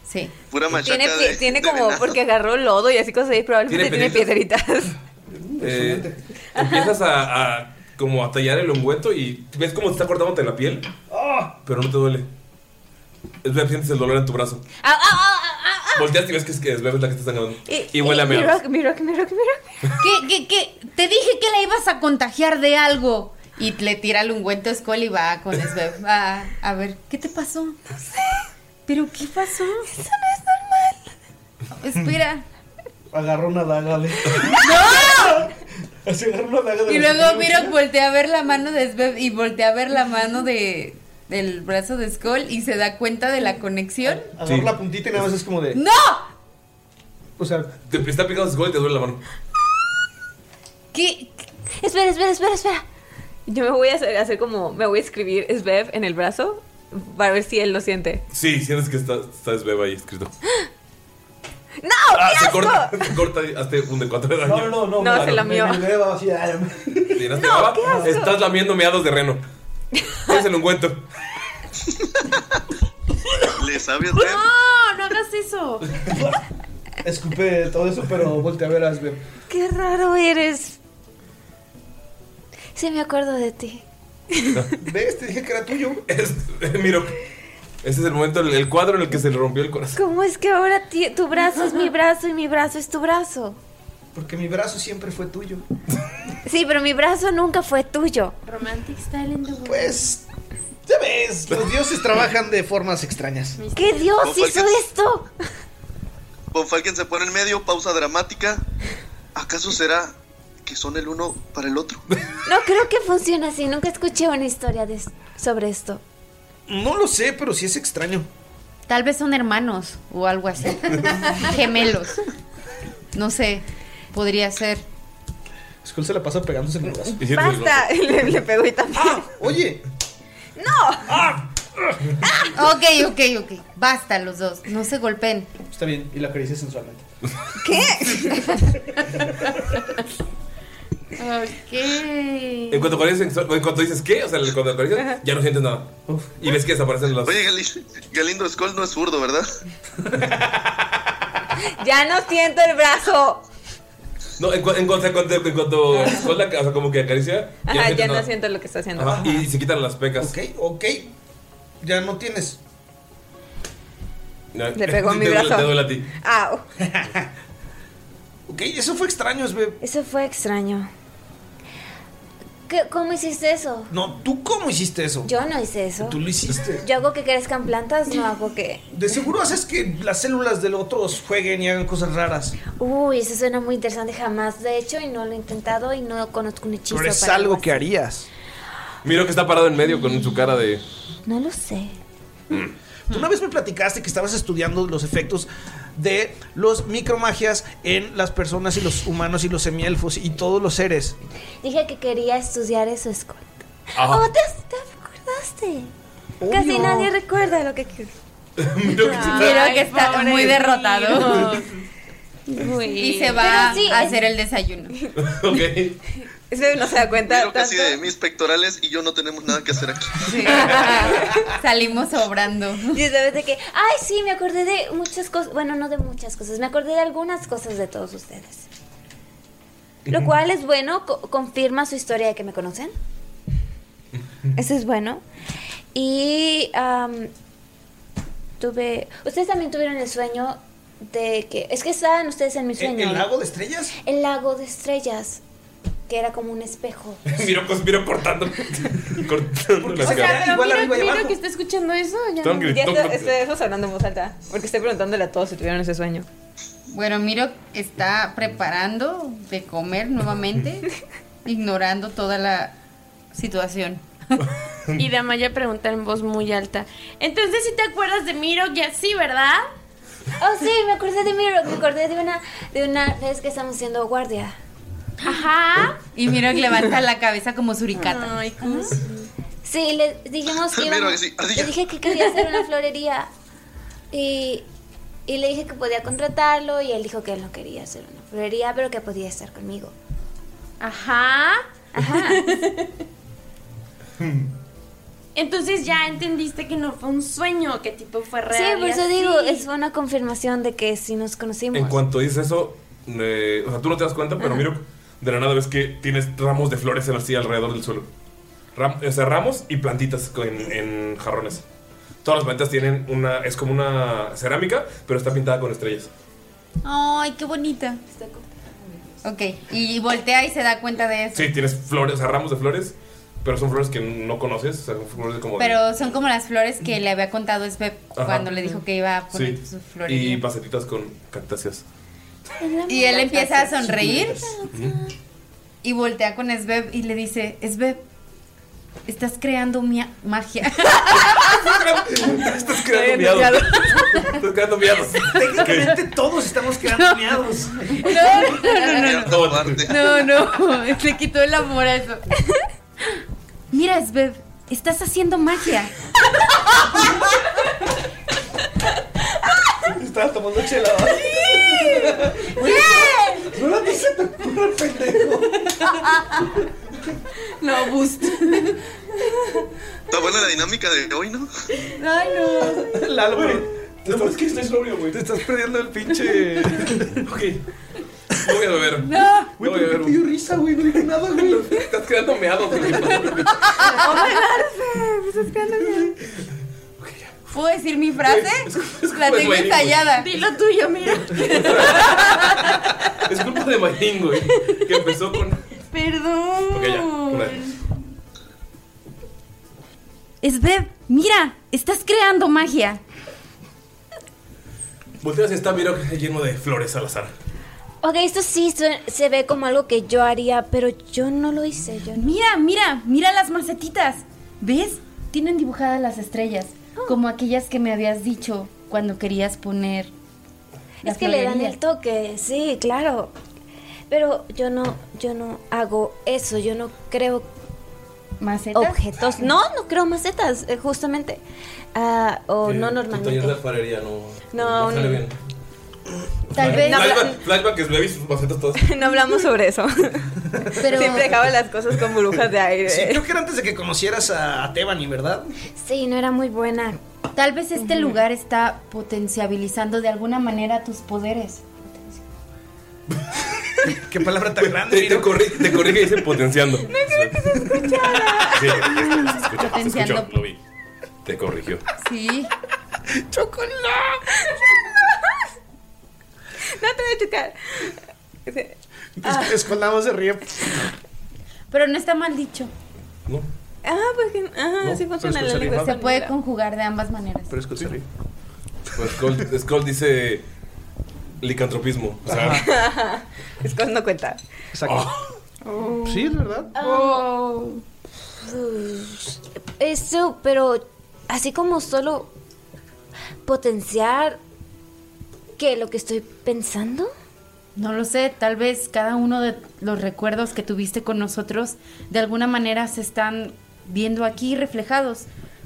Sí. Pura machaca. Tiene, pie- de- tiene de como, venado. porque agarró lodo y así cosas ahí, probablemente ¿Tiene tiene piedritas. (laughs) Mm, Eh, (laughs) empiezas a, a como a tallar el ungüento y ves cómo te está cortándote la piel, ¡Ah! pero no te duele. Es verdad, sientes el dolor en tu brazo. ¡Ah, ah, ah, ah, ah! Volteas y ves que es que es verdad que te están ganando. Y, huele a mira, menos. mira, mira, mira, ¿Qué, qué, qué? Te dije que la ibas a contagiar de algo. Y le tira el ungüento a Skull y va con Svev. Va, a ver, ¿qué te pasó? No sé. ¿Pero qué pasó? Eso no es normal. Espera. Agarró una daga de. ¡No! (laughs) Así agarró una daga de. Y la luego cintura. Mirok voltea a ver la mano de Svev y voltea a ver la mano de del brazo de Skull y se da cuenta de la conexión. Agarró la puntita y nada más es como de. ¡No! O sea. Te está picando su gol y te duele la mano. ¿Qué? Espera, espera, espera, espera. Yo me voy a hacer, hacer como, me voy a escribir Svev en el brazo para ver si él lo siente. Sí, sientes que está, está Esbeba ahí escrito. ¡No! Ah, ¡Qué se asco! corta, se corta y hazte un de cuatro de daño. No, no, no. No, se lamió. Me, me veo así, ay, (laughs) Llenaste No, de baba, qué asco. Estás lamiendo meados de reno. Es el ungüento. (laughs) Le sabe No, no hagas eso. Escupe todo eso, pero voltea a ver a Asbel. Qué raro eres. Sí, me acuerdo de ti. ¿Ves? Te Este, dije que era tuyo. eh, Miro. Ese es el momento, el, el cuadro en el que se le rompió el corazón. ¿Cómo es que ahora ti- tu brazo es mi brazo y mi brazo es tu brazo? Porque mi brazo siempre fue tuyo. Sí, pero mi brazo nunca fue tuyo. Romantic style in the world. Pues. Ya ves, los dioses trabajan de formas extrañas. ¿Qué dios hizo esto? Von Falken se pone en medio, pausa dramática. ¿Acaso será que son el uno para el otro? No creo que funcione así. Nunca escuché una historia de es- sobre esto. No lo sé, pero sí es extraño. Tal vez son hermanos o (laughs) algo así. Gemelos. No sé. Podría ser. Skull se la pasa pegándose en el brazo. Basta, (laughs) le- le pegó y también. ¡Ah! Oye, Ok, ok, ok. Basta los dos. No se golpeen. está bien, y la acaricia sensualmente. Ok. En cuanto, acaricias- en cuanto dices qué, o sea, en cuanto acaricias, Ajá. ya no sientes nada. Y ves que desaparecen las. Oye, Gali- Galindo Skoll no es zurdo, ¿verdad? Ya no siento el brazo. No, en, cua- en cuanto. En cuanto, en cuanto Skoll la- o sea, como que acaricia. Ya Ajá, sientes ya no nada. siento lo que está haciendo. Ajá, y se quitan las pecas. Ok, ok. Ya no tienes. Le pegó a mi brazo. (laughs) Te duele a ti. Au. Ok, eso fue extraño, Esbe. Eso fue extraño. ¿Qué- ¿Cómo hiciste eso? No, ¿tú cómo hiciste eso? Yo no hice eso. Tú lo hiciste. Yo hago que crezcan plantas, no hago que... De seguro haces que las células del otro jueguen y hagan cosas raras. Uy, eso suena muy interesante. Jamás lo he hecho y no lo he intentado y no conozco un hechizo Pero es para algo algo. que harías. Miro que está parado en medio con su cara de. (laughs) No lo sé. Tú una vez me platicaste que estabas estudiando los efectos de los micromagias en las personas y los humanos y los semielfos y todos los seres. Dije que quería estudiar eso, Scott. Ajá. ¡Oh, te, te acordaste! Casi nadie recuerda lo que... Miro que se- Miro que está muy derrotado. (laughs) Y se va Pero sí, a es- hacer el desayuno. (laughs) Ok. Svev no se da cuenta. Creo que así de mis pectorales y yo no tenemos nada que hacer aquí. (laughs) Salimos sobrando. Y sabes de que, ay, sí, me acordé de muchas cosas, bueno, no de muchas cosas, me acordé de algunas cosas de todos ustedes. Lo cual es bueno, co- confirma su historia de que me conocen. Eso es bueno. Y am, tuve, ustedes también tuvieron el sueño de que, es que estaban ustedes en mi ¿El, sueño. ¿E-, el ¿no? lago de estrellas? El lago de estrellas, que era como un espejo. (laughs) Miro, cos- miro cortando. (laughs) cortando las O sea, caras. pero Igual mira, arriba y mira abajo. que está escuchando eso. Ya. Están Ya gritando. está- estoy- estamos hablando en voz alta. Porque estoy preguntándole a todos si tuvieron ese sueño. Bueno, Miro está preparando de comer nuevamente. ignorando toda la situación. Y Damaya pregunta en voz muy alta. Entonces, si te acuerdas de Miro, ya sí, ¿verdad? Oh, sí, me acordé de Miro, me acordé de una, de una vez que estamos siendo guardia. Ajá. Y Miro levanta la cabeza como suricata. Ay, Sí, le dijimos que Miro, íbamos, sí, le dije que quería hacer una florería y, y le dije que podía contratarlo y él dijo que él no quería hacer una florería, pero que podía estar conmigo. Ajá. (laughs) Entonces ya entendiste que no fue un sueño, que tipo fue real. sí, por y eso así. digo, es una confirmación de que sí nos conocimos. En cuanto dices eso, eh, o sea, tú no te das cuenta, pero miro, de la nada ves que tienes ramos de flores así alrededor del suelo. Ram- o sea, ramos y plantitas con- en, en jarrones. Todas las plantas tienen una. Es como una cerámica, pero está pintada con estrellas. Ay, qué bonita. Ok, y voltea y se da cuenta de eso. Sí, tienes flores, o sea, ramos de flores, pero son flores que no conoces. O sea, son flores de como. de- Pero son como las flores que le había contado Sveb Ajá. cuando le dijo que iba a poner Sí, sus flores. y macetitas con cactáceas. Y él empieza a sonreír y voltea con Sveb y le dice, Sveb, estás creando mia- magia. Estás creando miados. Estás creando miados. Técnicamente todos estamos (laughs) quedando miados. No, no, (laughs) No, no, le quitó el amor a eso. Mira, Sveb, estás haciendo magia. Estaba tomando chela. No la dice tan pura, pendejo. No, boost. Está buena la dinámica de hoy, ¿no? Ay, no. Lalo, güey. No, es que estoy sobrio, güey. Te estás perdiendo el pinche. (laughs) ok. No voy a beber. No. Güey, pero ¿por qué te dio risa, güey. No dije nada, güey. Estás creando meados. güey. Oh my God, Sveb, estás creando magia. ¿Puedo decir mi frase? La tengo güey. ensayada. Dilo tuyo, (laughs) mira. Es culpa de Mayrin, güey. Que empezó con. Perdón. Ok, ya. una vez. Sveb, mira, estás creando magia. Volteas y está Miro lleno de flores al azar. Ok, esto sí se, se ve como algo que yo haría, pero yo no lo hice. Yo no. Mira, mira, mira las macetitas. ¿Ves? Tienen dibujadas las estrellas, Oh. como aquellas que me habías dicho cuando querías poner. la Es que le dan florería. el toque, sí, claro. Pero yo no, yo no hago eso, yo no creo macetas. Objetos. No, no creo macetas, eh, justamente. Ah, Eh, o no Tu taller de normalmente. alfarería no. No, sale no. bien. Tal Flash- vez- Flashback, flashback que le vi sus macetas todas. No hablamos sobre eso. Pero- Siempre dejaba las cosas con burbujas de aire. Eh. Sí, creo que era antes de que conocieras a Tebani, ¿verdad? Sí, no era muy buena. Tal vez este lugar está potenciabilizando de alguna manera tus poderes. Qué palabra tan grande. Te, te, corri- te corrige y (laughs) dice potenciando. No creo que se escuchara. Sí, se escucha, se Potenciando. escuchó, lo vi. Te corrigió. Sí. (laughs) ¡Chocolate! no te voy a chocar. Es que Escolamo se ríe. Pero no está mal dicho. Ah, pues que. Ajá, No, sí funciona pero la lengua. Se puede conjugar de ambas maneras. Pero Skull se ríe. Pues Skull, Skull dice licantropismo. O sea, Es cosa no cuenta. Sí, es verdad. Eso, pero así como solo potenciar que lo que estoy pensando. No lo sé, tal vez cada uno de los recuerdos que tuviste con nosotros de alguna manera se están viendo aquí reflejados,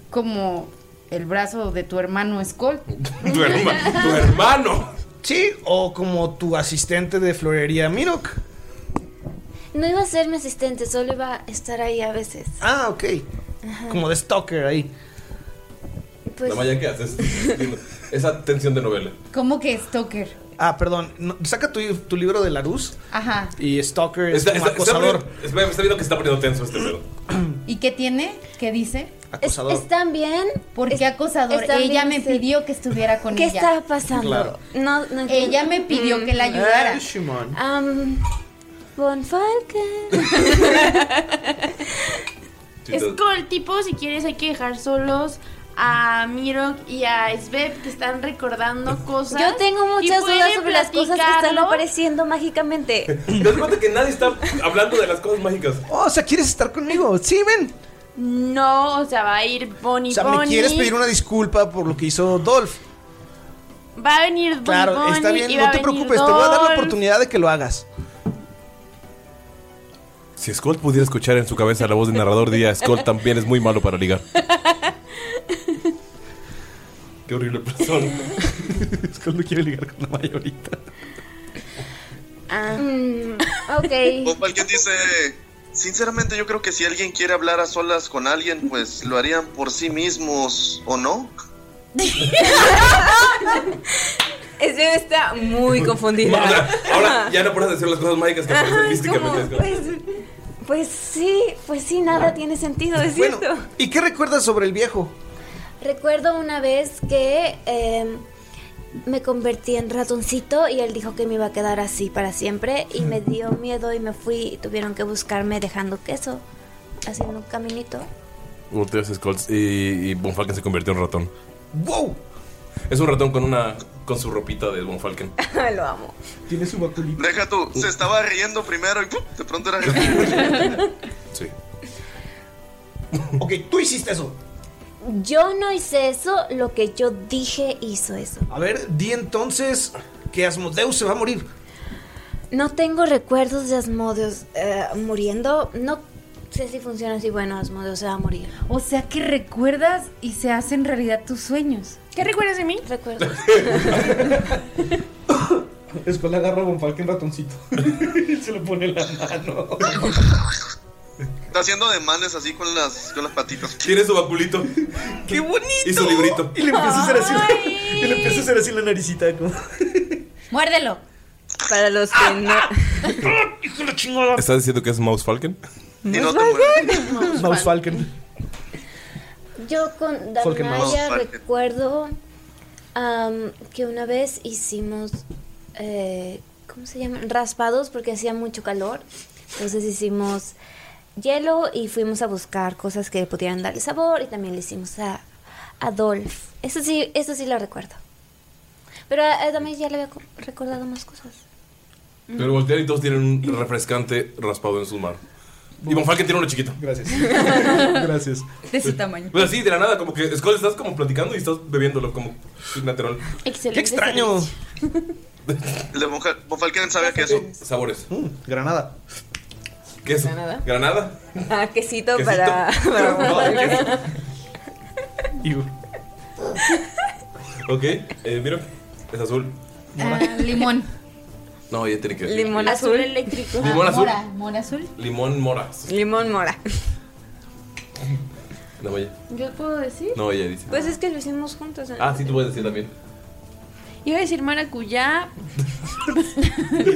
como el brazo de tu hermano Skull. (laughs) tu, herma- tu hermano. Sí, o como tu asistente de florería Mirok. No iba a ser mi asistente, solo iba a estar ahí a veces. Ah, ok. Ajá. Como de stalker ahí. Pues- La Maya, ¿qué haces? (laughs) Esa tensión de novela. ¿Cómo que Stoker? Ah, perdón. no, saca tu, tu libro de la luz Ajá. y stalker es Está, como está- está acosador. poniendo- está- está viendo que se está poniendo tenso este pedo. ¿Y qué tiene? ¿Qué dice? Acosador. ¿Están bien? ¿Por qué acosador? están Ella bien, me pidió que estuviera con ¿Qué ella. estaba pasando? Claro. No, no entiendo. Mm. Ella me pidió que la ayudara. Ay, Shimon. Am, Von Falken. Skull, tipo, si quieres hay que dejar solos a Mirok y a Sveb que están recordando cosas. Yo tengo y muchas dudas pueden sobre las cosas que están platicarlo. apareciendo mágicamente. ¿Te das cuenta que nadie está hablando de las cosas mágicas? Oh, o sea, ¿quieres estar conmigo? Sí, ven. No, o sea, va a ir Bonnie O sea, ¿me Bonnie, quieres pedir una disculpa por lo que hizo Dolph? Va a venir Bonnie Claro, Bonnie está bien, y no va a te venir preocupes, te voy a dar la Dolph. oportunidad de que lo hagas. Si Skull pudiera escuchar en su cabeza la voz del narrador, diría: Skull también es muy malo para ligar. (laughs) Qué horrible persona. Skull no quiere ligar con la mayorita. Mm, ok. (laughs) O alguien dice, sinceramente yo creo que si alguien quiere hablar a solas con alguien, pues lo harían por sí mismos o no. Ese está muy confundida. Ahora ya no puedes decir las cosas mágicas que aparecen místicamente. Skull. Pues sí, pues sí, nada tiene sentido, es cierto. ¿Y qué recuerdas sobre el viejo? Recuerdo una vez que eh, me convertí en ratoncito y él dijo que me iba a quedar así para siempre Hmm. y me dio (laughs) miedo y me fui y tuvieron que buscarme dejando queso, haciendo un caminito. Volteas a Skull y, y Von Falken se convirtió en ratón. ¡Wow! Es un ratón con una con su ropita de Von Falken. Lo amo. Tiene su baculito. Deja tú, se estaba riendo primero y ¡pum! de pronto (laughs) era... Sí. Ok, tú hiciste eso. Yo no hice eso, lo que yo dije hizo eso. A ver, di entonces que Asmodeus se va a morir. No tengo recuerdos de Asmodeus eh, muriendo, no sé si funciona así, bueno, Asmodeus se va a morir. O sea que recuerdas y se hacen realidad tus sueños. ¿Qué recuerdas de mí? Recuerdo. Skull agarra a Von Falken ratoncito. (laughs) se lo pone en la mano. Está haciendo ademanes así con las, con las patitas. Tiene su baculito. ¡Qué bonito! Y su librito. Y le empieza a hacer así, y le empieza a hacer así la naricita. Como... Muérdelo. Para los que no. ¿Estás diciendo que es Mouse Falken? Mouse Falken. Yo con Porque no. Damaya Porque- recuerdo am, que una vez hicimos, eh, ¿cómo se llaman? Raspados porque hacía mucho calor. Entonces hicimos hielo y fuimos a buscar cosas que pudieran darle sabor y también le hicimos a Adolf. Eso sí, eso sí lo recuerdo. Pero a a Damaya ya le había co- recordado más cosas. Pero voltean y todos tienen un refrescante raspado en sus manos. Y Von Falken tiene (laughs) uno chiquito. Gracias. Gracias. De su tamaño. Pues así, de la nada, como que Skull estás como platicando y estás bebiéndolo como natural. Excelente. El de Von Hal- Von Falken sabe que eso. Eh, Sabores. granada. Queso. Mm. Granada. Granada. Ah, quesito, Quesito. para. (laughs) para- Ok. Eh, mira. Es azul. (laughs) limón. No, ya tiene que decir. Limón azul. eléctrico. Limón azul. Mora, mora azul. Limón mora. Limón mora. No, oye. ¿Yo puedo decir? Pues- No, ella dice. Pues es que lo hicimos juntos. ¿eh? Ah, sí, tú puedes decir también. Iba a decir maracuyá.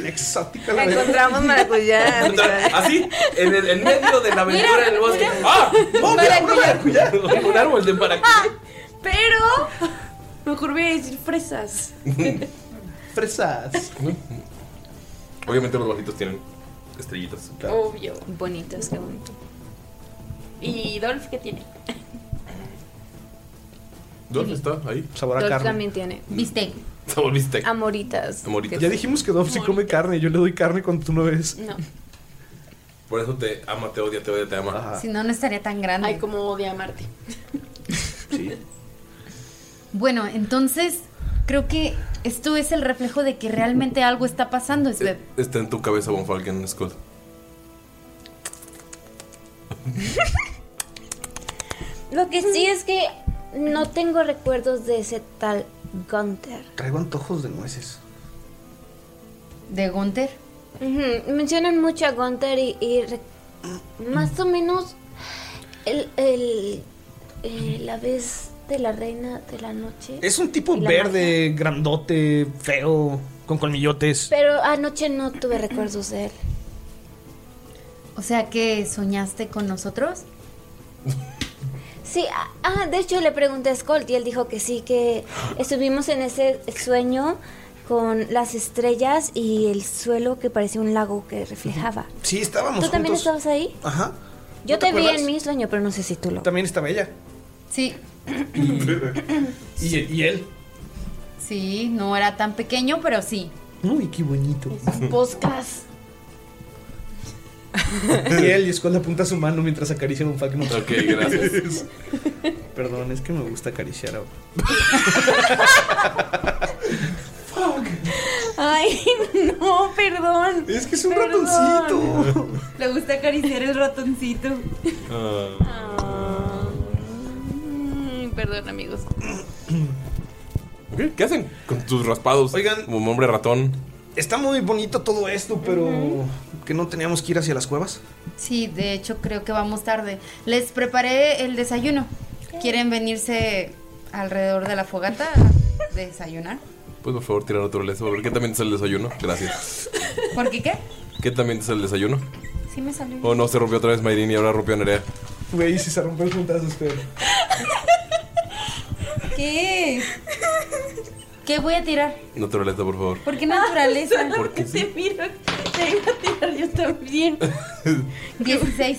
Exótica la verdad. Encontramos Ah, (laughs) maracuyá. (laughs) Así, en el en medio de la aventura en el bosque. ¡Ah! ¡Oh, mira, una maracuyá! Un árbol de maracuyá. Pero (laughs) mejor voy a decir fresas. Fresas. Obviamente los vasitos tienen estrellitas. Obvio. Bonitas, qué bonito. ¿Y Dolph qué tiene? ¿Dónde está? Ahí. Sabor tiene. Bistec. Sabor bistec. Amoritas. Amoritas. Ya dijimos que Dolph sí come carne. Yo le doy carne cuando tú no ves. No. Por eso te ama, te odia, te odia, te ama. Si no, no estaría tan grande. Ay, como odia amarte. Bueno, entonces creo que esto es el reflejo de (laughs) que realmente algo está pasando, Sveb. E, Está en tu cabeza, Von Falken, Scott. Lo que sí es que no tengo recuerdos de ese tal Gunther. Traigo antojos de nueces. ¿De Gunther? Ujú, Mencionan mucho a Gunther y, y re- más o menos el, el- eh, la vez de la reina de la noche. Es un tipo Y la verde, grandote, feo, con colmillotes. Pero anoche no tuve recuerdos de él. O sea que soñaste con nosotros. Sí, ah, ah, de hecho le pregunté a Scott y él dijo que sí, que estuvimos en ese sueño con las estrellas y el suelo que parecía un lago que reflejaba. Sí, estábamos ¿Tú también juntos. estabas ahí? Ajá. Yo ¿No te, vi acuerdas? en mi sueño, pero no sé si tú lo... También estaba ella. Sí, (laughs) ¿Y, y él. sí, no era tan pequeño, pero sí. Uy, qué bonito. Podcast. Y él, y Skull apunta su mano mientras acarician un Falcon. Ok, gracias. Perdón, es que me gusta acariciar ahora. (laughs) Ay, no, perdón. Es que es un ratoncito. Le gusta acariciar el ratoncito. Ah. Mm, Perdón, amigos. Ok, ¿Qué hacen con tus raspados? Oigan. Como hombre ratón. Está muy bonito todo esto, pero. ¿Que no teníamos que ir hacia las cuevas? Sí, de hecho creo que vamos tarde. Les preparé el desayuno. ¿Quieren venirse alrededor de la fogata a desayunar? Pues por favor, tirar naturaleza. A ver, ¿Qué también es el desayuno? Gracias. ¿Por qué qué? ¿Qué también es el desayuno? Sí me salió. Oh no, se rompió otra vez Mayrin y ahora rompió Nerea. Güey, si se rompe el puntazo usted. ¿Qué? ¿Qué voy a tirar? Naturaleza, por favor. ¿Por (laughs) qué naturaleza? ¿Por qué sí? Te miro, te iba a tirar yo también. 16.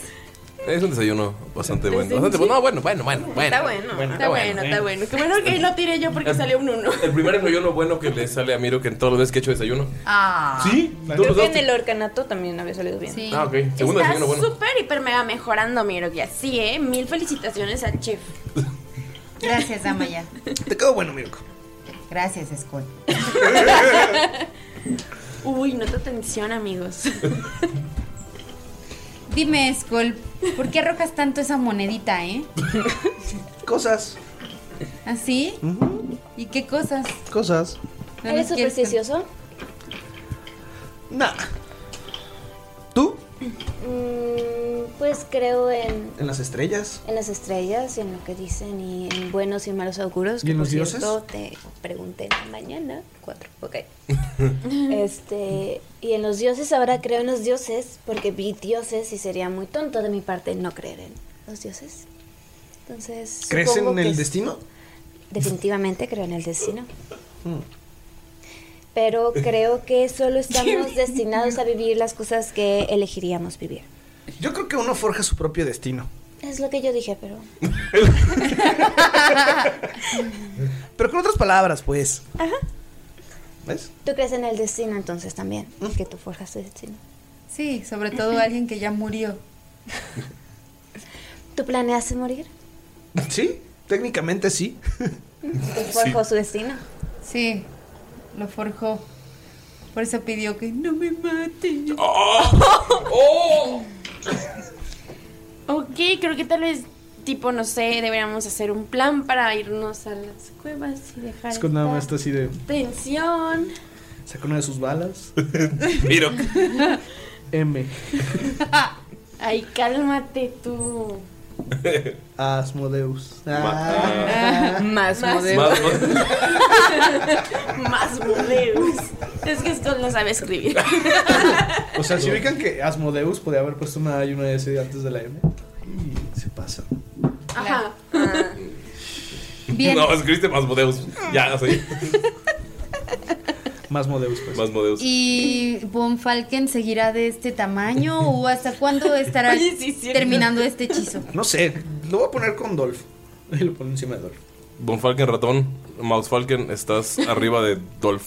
Es un desayuno bastante bueno. Bastante bueno. No, bueno, bueno, bueno. bueno. Está bueno, está bueno, ¿eh? está bueno. Qué bueno que no tiré yo porque salió un (laughs) 1. El primer desayuno bueno que le sale a Miro que en todos los veces que he hecho desayuno. Ah. ¿Sí? Creo que en el orcanato también había salido bien. Ah, ok. Segundo Está desayuno bueno. súper, hiper, mega mejorando, Miro. Y así, ¿eh? Mil felicitaciones al chef. Gracias, Amaya. Te quedó bueno, Mirko. Gracias, Skull. Uy, no te atención, amigos. Dime, Skull, ¿por qué arrojas tanto esa monedita, eh? Cosas. ¿Así? ¿Y qué cosas? Cosas. ¿No ¿Eres nos quieres supersticioso? Nah. Mm, pues creo en, En las estrellas. en las estrellas y en lo que dicen y en buenos y malos auguros. ¿Y que en por los dioses? cierto, te pregunté mañana. Cuatro, ok. este, y en los dioses, ahora creo en los dioses porque vi dioses y sería muy tonto de mi parte no creer en los dioses. Entonces. ¿Crees supongo en que el es- destino? Definitivamente creo en el destino. Mm. Pero creo que (laughs) solo estamos destinados a vivir las cosas que elegiríamos vivir. Yo creo que uno forja su propio destino. Es lo que yo dije, pero. (laughs) Pero con otras palabras, pues. Ajá. ¿Ves? Tú crees en el destino entonces también, que tú forjas tu destino. Sí, sobre todo alguien que ya murió. ¿Tú planeaste morir? Sí, técnicamente sí. ¿Tú forjó su destino? Sí, lo forjó. Por eso pidió que no me maten. Oh. Ok, creo que tal vez, tipo, no sé, deberíamos hacer un plan para irnos a las cuevas y dejar Es con nada más está así de. tensión. Saca una de sus (laughs) balas. Miro. M. Ay, cálmate tú. Asmodeus. Ah. Ah, Ah, Más (laughs) Más Más modelos. Es que esto no sabe escribir. O sea, si ubican que Asmodeus podía haber puesto una A y una S antes de la M. Y se pasa. Ajá. Bien. (laughs) No, escribiste más modeus. Ya, así. más modeus, pues. Más modeus. ¿Y Von Falken seguirá de este tamaño o hasta cuándo estará Oye, sí, cierto. terminando este hechizo? No sé, lo voy a poner con Dolph. (laughs) Y lo pongo encima de Dolph. Von Falken ratón, Mouse Falken, estás arriba de Dolph.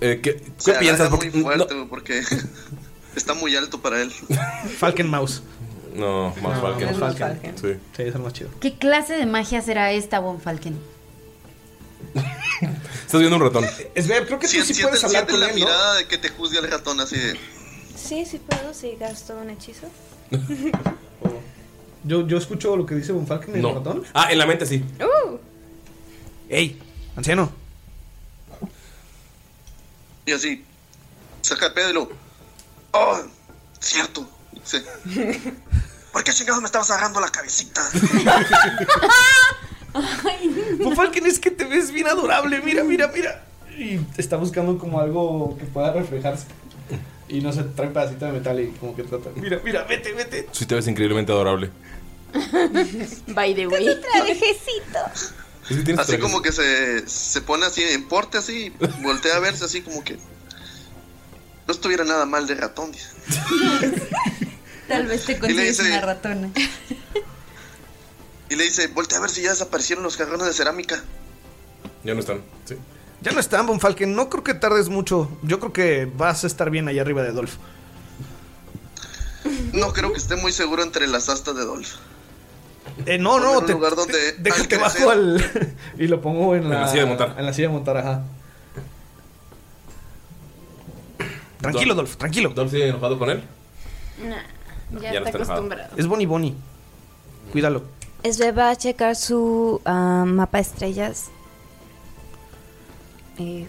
Eh, ¿Qué, ¿qué piensas? Muy fuerte, güey, porque (laughs) está muy alto para él. Falcon Mouse. No, Mouse No, Falken. Mouse Falken. Sí. Sí, es el más chido. ¿Qué clase de magia será esta, Von Falken? Estás viendo un ratón. Es ver, creo que Siente, tú sí siente, puedes hablar siente con la él, ¿no? mirada de que te juzga el ratón así de. Sí, sí puedo, sí gasto un hechizo. Yo, yo escucho lo que dice Von Falken en el No. ratón. Ah, en la mente sí. ¡Ey! Anciano. Y así. Saca el pedo y lo. ¡Oh! Cierto. Sí. ¿Por qué chingados me estabas agarrando la cabecita? Von Falken es que te ves bien adorable. Mira, mira, mira. Y te está buscando como algo que pueda reflejarse. Y no se trae un pedacito de metal y como que trata. Mira, mira, vete, vete. Sí, te ves increíble. adorable. By the way. Trajecito. Así como que se, se pone así en porte, así. y Voltea a verse así como que. No estuviera nada mal de ratón. dice. Tal vez te Y le consigues dice- una ratona. Y le dice, voltea a ver si ya desaparecieron los cajones de cerámica. Ya no están. Sí. Ya no están, Bonfalken. No creo que tardes mucho. Yo creo que vas a estar bien allá arriba de Dolph. No creo que esté muy seguro entre las astas de Dolph. Eh, no, Ponme en no, un te, lugar donde te- déjate al bajo crecer- al. (laughs) y lo pongo en la, la silla de montar. En la silla de montar, ajá. Tranquilo, Dolph, tranquilo. ¿Dolph sigue enojado con él? Nah, ya, está ya no está enojado. acostumbrado. Es Bonnie Bonnie. Cuídalo. Sve va a checar su ah, mapa de estrellas. Y,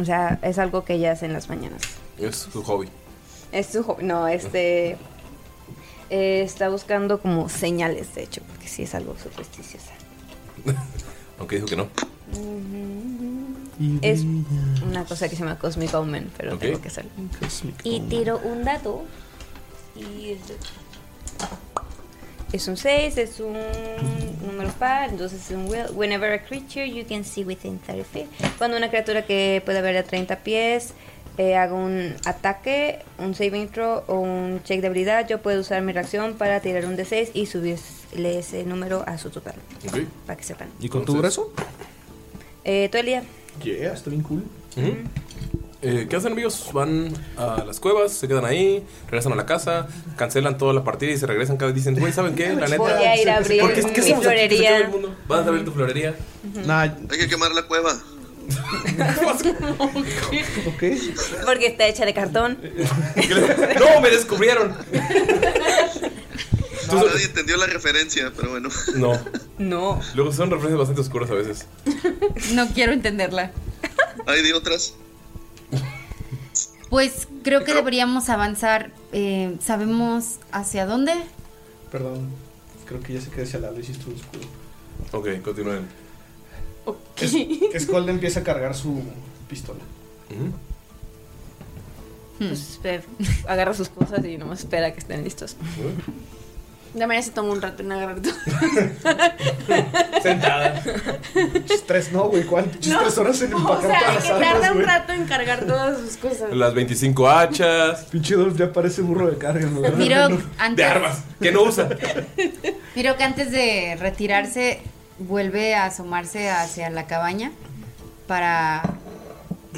o sea, es algo que ella hace en las mañanas. Es su hobby. Es su jo- No, este. eh, está buscando como señales, de hecho, porque sí es algo supersticiosa. Aunque dijo que no. Es una cosa que se llama Cosmic Omen, pero Ok. tengo que hacerlo. Y tiro un dado. Y Es un 6, es un número par, entonces es un will. Whenever a creature you can see within 30 feet. Cuando una criatura que puede ver a 30 pies eh, haga un ataque, un saving throw o un check de habilidad, yo puedo usar mi reacción para tirar un D6 y subirle ese número a su total. Ok. Para que sepan. ¿Y con tu brazo? Eh, todo el día. (laughs) Yeah, está bien cool. Ujú. Eh, ¿Qué hacen amigos? Van a las cuevas, se quedan ahí, regresan a la casa, cancelan toda la partida y se regresan cada vez dicen, güey, ¿saben qué? La neta. Voy a ir a abrir ¿por qué es que mi hacemos aquí? Se acaba florería. el mundo. Vas a abrir (laughs) tu florería. Mm. Hay que quemar la cueva. Porque está hecha de cartón. ¡No! ¡Me descubrieron! nadie entendió la referencia, pero bueno. (laughs) No. No. Luego son referencias bastante oscuras a veces. No quiero entenderla. Hay de otras. Pues creo que deberíamos avanzar. eh, ¿Sabemos hacia dónde? Perdón. Creo que ya se quedé hacia la Luis tu escudo. Ok, continúen. Es- Scold empieza a cargar su pistola. Pues, eh, agarra sus cosas y nomás espera que estén listos. La mañana se tomó un rato en agarrar todo. Sentada. Tres, no, güey, ¿cuál? Pinches Tres horas en O (laughs) empacar todas sea, las que tarda armas, un güey. rato en cargar todas sus cosas. Las 25 hachas. Pinche Dolph ya parece burro de carga, ¿no? Miro, De antes, armas, que no usa. (laughs) miro que antes de retirarse vuelve a asomarse hacia la cabaña para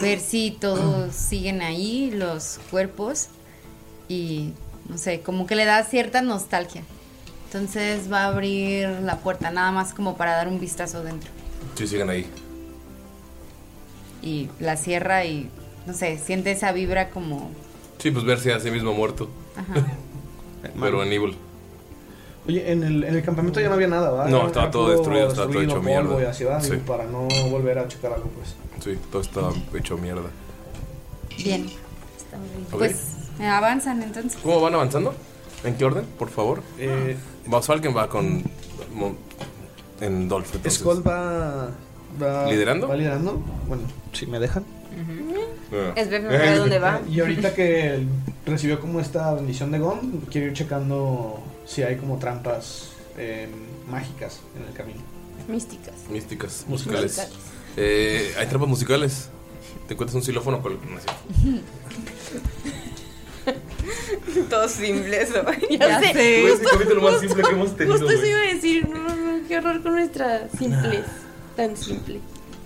ver si todos siguen ahí, los cuerpos. Y no sé, como que le da cierta nostalgia. Entonces va a abrir la puerta nada más como para dar un vistazo dentro. Sí, sigan ahí. Y la cierra y no sé, siente esa vibra como... Sí, pues verse a sí mismo muerto. Ajá. Pero en evil. Oye, en el, en el campamento ya no había nada, ¿va? No, Era- estaba era todo puro destruido, estaba todo destruido, hecho polvo mierda. y así, ¿va? Digo, Sí. para no volver a checar algo, pues. Sí, todo está hecho mierda. Bien. Ok. Pues eh, avanzan entonces. ¿Cómo van avanzando? ¿En qué orden, por favor? Ah, Eh, Valsalken va con. Mon- en Dolph. entonces. Scold va, va. ¿Liderando? Va liderando. Bueno, si me dejan. Ah, Es ver, me Eh. acuerdo dónde Ah, va. Y ahorita que recibió como esta bendición de Gon, quiero ir checando si hay como trampas eh, mágicas en el camino. (laughs) Místicas. (laughs) Místicas, musicales. Musicales. Eh, hay trampas musicales. Te encuentras un xilófono con. no es cierto. Todo simple eso. Ya, sé. Güey, es el justo- capítulo más justo- simple que hemos tenido, Justo eso güey. iba a decir. No, no, qué horror con nuestra simplez. Tan simple.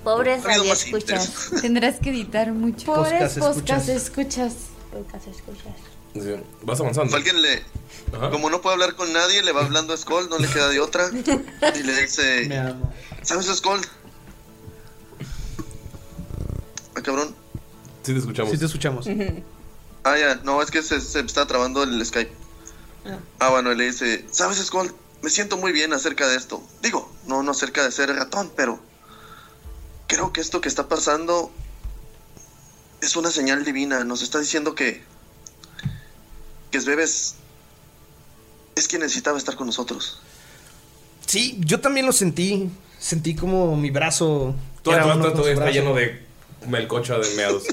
Pobres Ha habido radio más escuchas. Tendrás que editar mucho. Pobres Podcast podcast escuchas. Podcast escuchas. Sí, Vas avanzando. Alguien le. ¿Ah? Como no puede hablar con nadie, le va hablando a Skull, no le queda de otra. Y le dice: ¿Sabes, Skull? Ah, cabrón. Sí, te escuchamos. Sí, te escuchamos. Ah, ya, no, es que se, se está trabando el Skype. Ah. Ah, bueno, y le dice, ¿sabes, Skull? Me siento muy bien acerca de esto. Digo, no, no acerca de ser ratón, pero creo que esto que está pasando es una señal divina. Nos está diciendo que que Bebes es quien necesitaba estar con nosotros. Sí, yo también lo sentí. Sentí como mi brazo. Todo, era todo, uno todo, con todo su está brazo. lleno de melcocha de meados.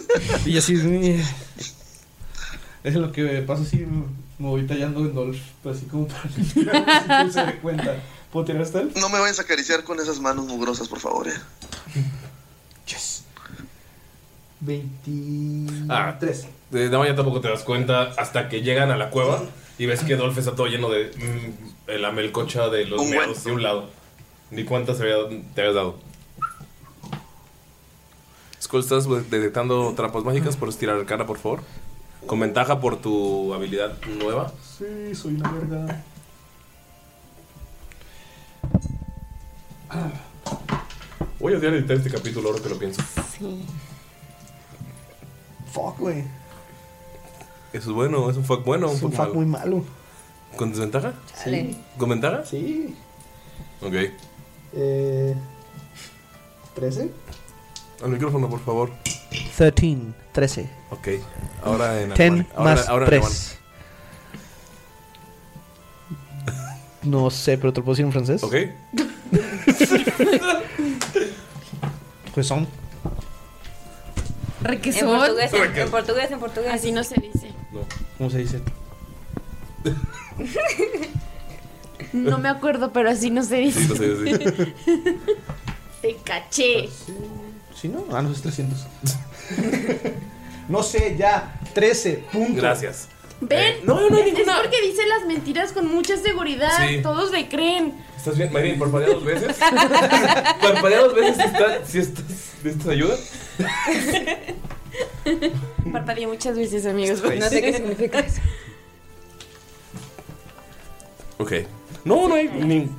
Y yo así. eh. Es lo que pasa así. Me voy tallando en Dolph. Así como para (laughs) que se dé cuenta. ¿Puedo tirar hasta él? No me vayas a acariciar con esas manos mugrosas, por favor. eh. 23. Ah, De Dama ya tampoco te das cuenta hasta que llegan a la cueva y ves que Dolph está todo lleno de mm, la melcocha de los meados de un lado. Ni cuántas había- te habías dado. Skull, estás detectando trampas mágicas por estirar cara, por favor. Con ventaja por tu habilidad nueva. Sí, soy una verga. Voy a odiar editar este capítulo ahora que lo pienso. Sí. Fuck, güey. Eso es bueno, es un fuck bueno. Es un poco fuck muy malo. malo. ¿Con desventaja? Chale. ¿Con ventaja? Sí. Ok. Eh. 13. Al micrófono, por favor. 13. 13. Ok. Ahora en Ten Ahora- más ahora en tres. No sé, pero te lo puedo decir en francés. (laughs) Ok. Poisson. Requesón. En portugués, en- Requesón. en portugués, en portugués. Así no se dice. ¿Cómo se dice? No me acuerdo, pero así no se dice. Sí, no se dice. Te caché. ¿Sí, no? Ah, no, es 300. no sé, ya. 13. Punto. (laughs) Gracias. Eh, Ven. no, no, no, es ninguna. porque dice las mentiras con mucha seguridad. Sí. Todos le creen. ¿Estás bien? Mayrin, parpadea dos veces. (laughs) parpadea dos veces si estás. Si estás ¿Necesitas ayuda? Parpadeé muchas veces, amigos. Space. No sé qué significa eso. Ok. No, no hay. ni-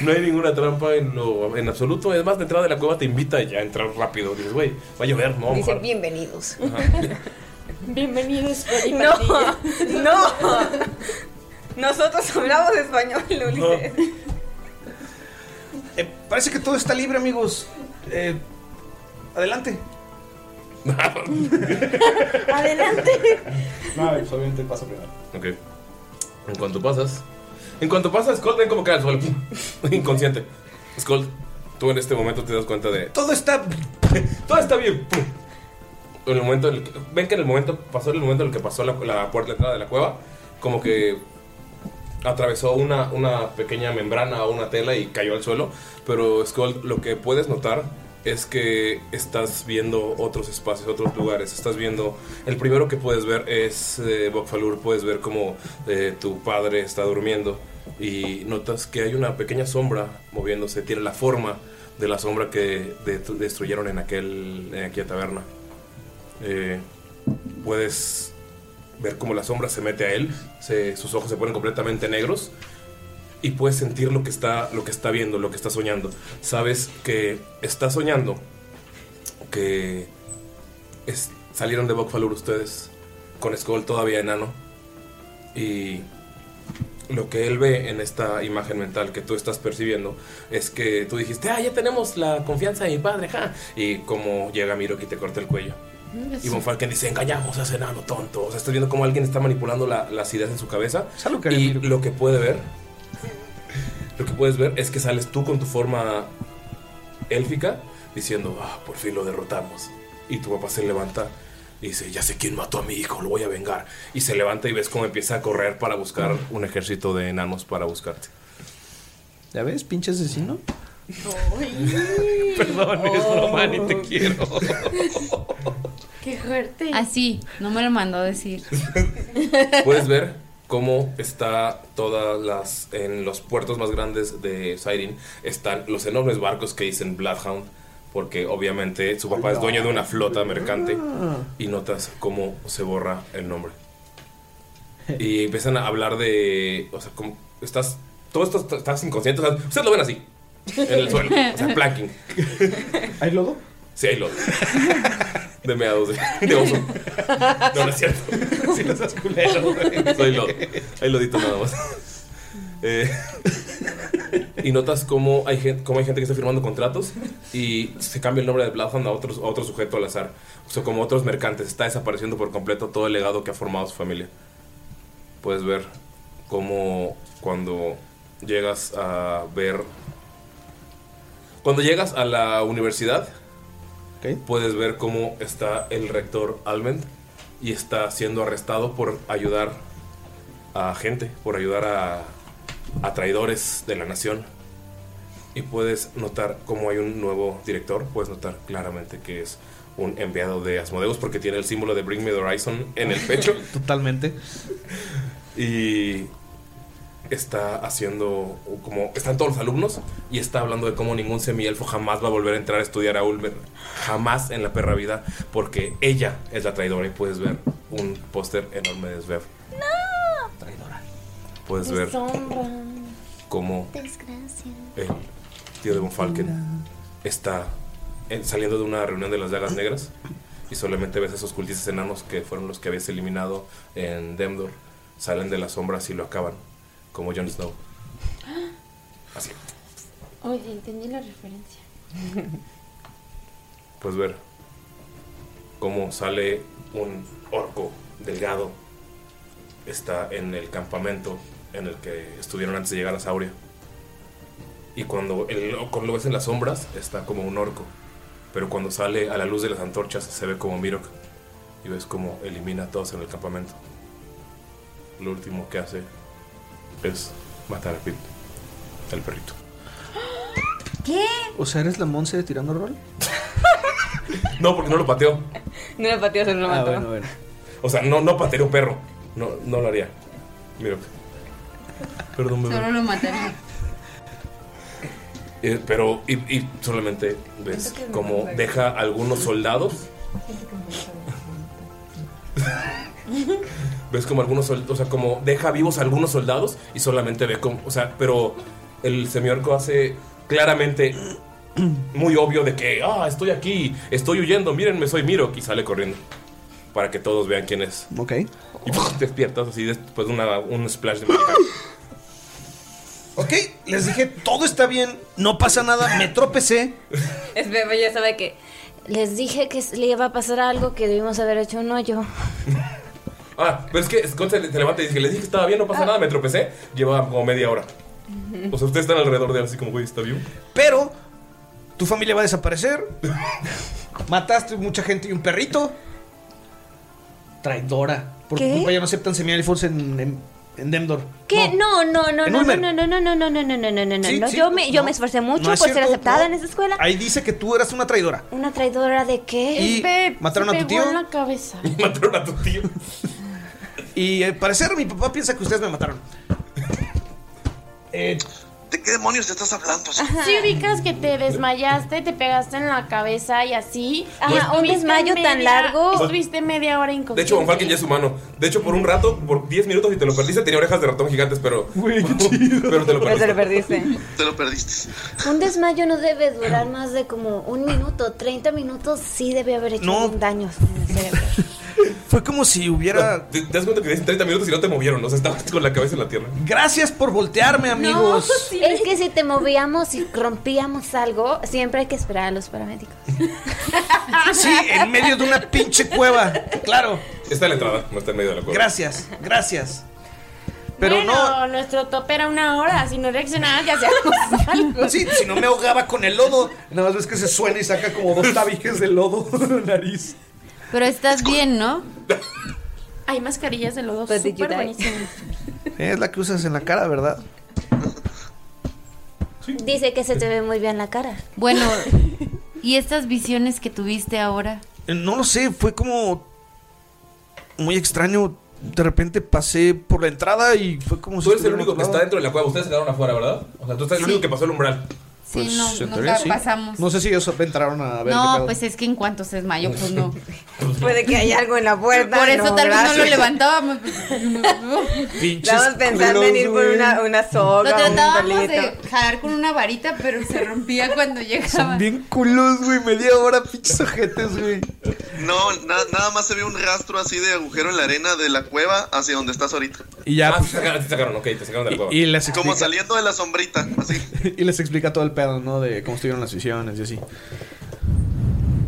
No hay ninguna trampa en lo en absoluto. Es más, la entrada de la cueva te invita ya a entrar rápido. Dices, güey, va a llover, no. Dice, mejor". bienvenidos. (laughs) Bienvenidos. Freddy No, Padilla. no. Nosotros hablamos español, (laughs) Ulises. Eh, parece que todo está libre, amigos. Eh, adelante. Adelante. No, pues, obviamente paso primero. Ok. En cuanto pasas. En cuanto pasas, Skull, ven como cae al suelo. (laughs) Inconsciente. Skull, tú en este momento te das cuenta de. Todo está. (laughs) Todo está bien. Pum. En el momento en el que- ven que en el momento pasó el momento en el que pasó la, la puerta de entrada de la cueva, como que atravesó una, una pequeña membrana o una tela y cayó al suelo. Pero Skull, lo que puedes notar es que estás viendo otros espacios, otros lugares. Estás viendo. El primero que puedes ver es eh, Bokfalur. Puedes ver como eh, tu padre está durmiendo y notas que hay una pequeña sombra moviéndose. Tiene la forma de la sombra que de- destruyeron en aquel en aquella taberna. Eh, puedes ver cómo la sombra se mete a él, se- sus ojos se ponen completamente negros y puedes sentir lo que está lo que está viendo, lo que está soñando. Sabes que está soñando que es- salieron de Bokfalur ustedes con Skull todavía enano y lo que él ve en esta imagen mental que tú estás percibiendo es que tú dijiste, ah, ya tenemos la confianza de mi padre, ja. Y como llega Miroki y te corta el cuello. Y Von Falken dice, engañamos a ese enano tonto. O sea, estás viendo cómo alguien está manipulando la- las ideas en su cabeza. y lo que puede ver, lo que puedes ver es que sales tú con tu forma élfica diciendo, ah, por fin lo derrotamos. Y tu papá se levanta y dice, ya sé quién mató a mi hijo, lo voy a vengar. Y se levanta y ves cómo empieza a correr para buscar un ejército de enanos para buscarte. ¿Ya ves, pinche asesino? Perdón, es Oh. broma, ni te quiero. Qué fuerte. Así, no me lo mandó decir. Puedes ver cómo está todas las en los puertos más grandes de Siren están los enormes barcos que dicen Bloodhound porque obviamente su papá es dueño de una flota mercante y notas cómo se borra el nombre. Y empiezan a hablar de, o sea, como estás todo esto estás inconsciente, o sea, ustedes lo ven así en el suelo, o sea, planking. ¿Hay lodo? Sí, hay lodo. De meados de, de oso. No, no es cierto. Si no seas culero, güey. Soy Lod. Hay Lodito nada más. Eh, y notas cómo hay, gente, cómo hay gente que está firmando contratos y se cambia el nombre de Bloodhound a otro, a otro sujeto al azar. O sea, como otros mercantes. Está desapareciendo por completo todo el legado que ha formado su familia. Puedes ver cómo cuando llegas a ver... Cuando llegas a la universidad, puedes ver cómo está el rector Almond y está siendo arrestado por ayudar a gente, por ayudar a, a traidores de la nación. Y puedes notar cómo hay un nuevo director, puedes notar claramente que es un enviado de Asmodeus porque tiene el símbolo de Bring Me the Horizon en el pecho. Totalmente. Y está haciendo como están todos los alumnos y está hablando de cómo ningún semielfo jamás va a volver a entrar a estudiar a Ulmer jamás en la perra vida porque ella es la traidora y puedes ver un póster enorme de Svev ¡No! Traidora. puedes ver cómo Desgracia. el tío de Von Falken está en- saliendo de una reunión de las llagas negras y solamente ves a esos cultistas enanos que fueron los que habías eliminado en Demdor salen de las sombras y lo acaban como Jon Snow así Oye, entendí la referencia. puedes Pues ver cómo sale un orco delgado. Está en el campamento en el que estuvieron antes de llegar a Sauria. Y cuando, el, cuando lo ves en las sombras, está como un orco. Pero cuando sale a la luz de las antorchas, se ve como Mirok. Y ves cómo elimina a todos en el campamento. Lo último que hace es matar a Pete, el perrito. ¿Qué? O sea, ¿eres la monce de tirando rol? No, porque no lo pateó. No le pateó, se lo Ah, mató. bueno, bueno. O sea, no, no patearía un perro. No, no lo haría. Mira. Perdón, bebé. Solo lo mataron. Eh, pero, y, y solamente ves Siento que me como van a- deja a algunos soldados. Ves como algunos soldados, o sea, como deja vivos a algunos soldados y solamente ve como, o sea, pero el semiorco hace claramente muy obvio de que, ah, estoy aquí, estoy huyendo, mírenme, soy Miro, y sale corriendo. Para que todos vean quién es. Ok. Y te (laughs) despiertas así después de una- un splash de mágica. (laughs) Ok, les dije, todo está bien, no pasa nada, me tropecé. Es bebé, ya sabe que. Les dije que le iba a pasar algo que debimos haber hecho un hoyo. Ah, pero es que Scott se, se levanta y dice, les dije que estaba bien, no pasa nada, me tropecé. Lleva como media hora. O sea, ustedes están alrededor de él así como, güey, está bien. Pero tu familia va a desaparecer. Mataste mucha gente y un perrito. Traidora. Por ¿Qué? tu culpa ya no aceptan semielfos en, en, en Demdor. ¿Qué? No, no, no, En no, no, Ulmer. no, no, no, no, no, no, no, no, no, no, Sí, no. sí, Yo me, yo no. me esforcé mucho No por es ser cierto, aceptada no. en esa escuela. Ahí dice que tú eras una traidora. ¿Una traidora de qué? Y Pepe, mataron a se tu pegó tío. en la cabeza. (laughs) Mataron a tu tío. (laughs) Y eh, al parecer mi papá piensa que ustedes me mataron. Eh, ¿De qué demonios te estás hablando? Si ubicas que te desmayaste, te pegaste en la cabeza y así. Ajá, Estuviste un desmayo tan largo. Estuviste media hora inconsciente. De hecho, Von Falken ya es humano. De hecho, por un rato, por 10 minutos, y te lo perdiste, tenía orejas de ratón gigantes, pero. (laughs) Pero te lo perdiste. perdiste. Te lo perdiste. Un desmayo no debe durar más de como un minuto. 30 minutos sí debe haber hecho No. un daño. Fue como si hubiera. ¿Te, te das cuenta que tenías 30 minutos y no te movieron? O sea, estabas (laughs) con la cabeza en la tierra. Gracias por voltearme, amigos. Es que si te movíamos y rompíamos algo, siempre hay que esperar a los paramédicos. (laughs) Sí, en medio de una pinche cueva. Claro. Está en la entrada, no está en medio de la cueva. Gracias, gracias. Pero bueno, nuestro tope era una hora. Si no reaccionabas, ya hacíamos algo. Sí, si no me ahogaba con el lodo. Nada más ves que se suena y saca como dos tabiques de lodo (laughs) en la nariz. Pero estás bien, ¿no? Hay mascarillas de lodo Pues, But did you súper die? buenísimas. Es la que usas en la cara, ¿verdad? Dice que se te ve muy bien la cara. Bueno, ¿y estas visiones que tuviste ahora? Eh, No lo sé, fue como muy extraño. De repente pasé por la entrada y fue como Tú eres el único que está dentro de la cueva. Ustedes se quedaron afuera, ¿verdad? O sea, tú estás el único que pasó el umbral. Sí, no, nunca pasamos. No sé si ellos entraron a ver. No, pues es que en cuanto se desmayó, pues no. Puede que haya algo en la puerta. Por eso no, tal vez no lo gracias. levantábamos. pues. Estábamos pensando en ir por una, una soga. Lo un tratábamos de palito. jalar con una varita, pero se rompía cuando llegaba. Bien culos, güey. Media hora, pinches ojetes, güey. No, na- nada más se ve un rastro así de agujero en la arena de la cueva hacia donde estás ahorita. Y ya. pues, Te Ah, sacaron, te sacaron, ok, te sacaron de la cueva. Y les, Como explica, saliendo de la sombrita, así. (laughs) y les explica todo el pedo, ¿no? De cómo estuvieron las visiones y así.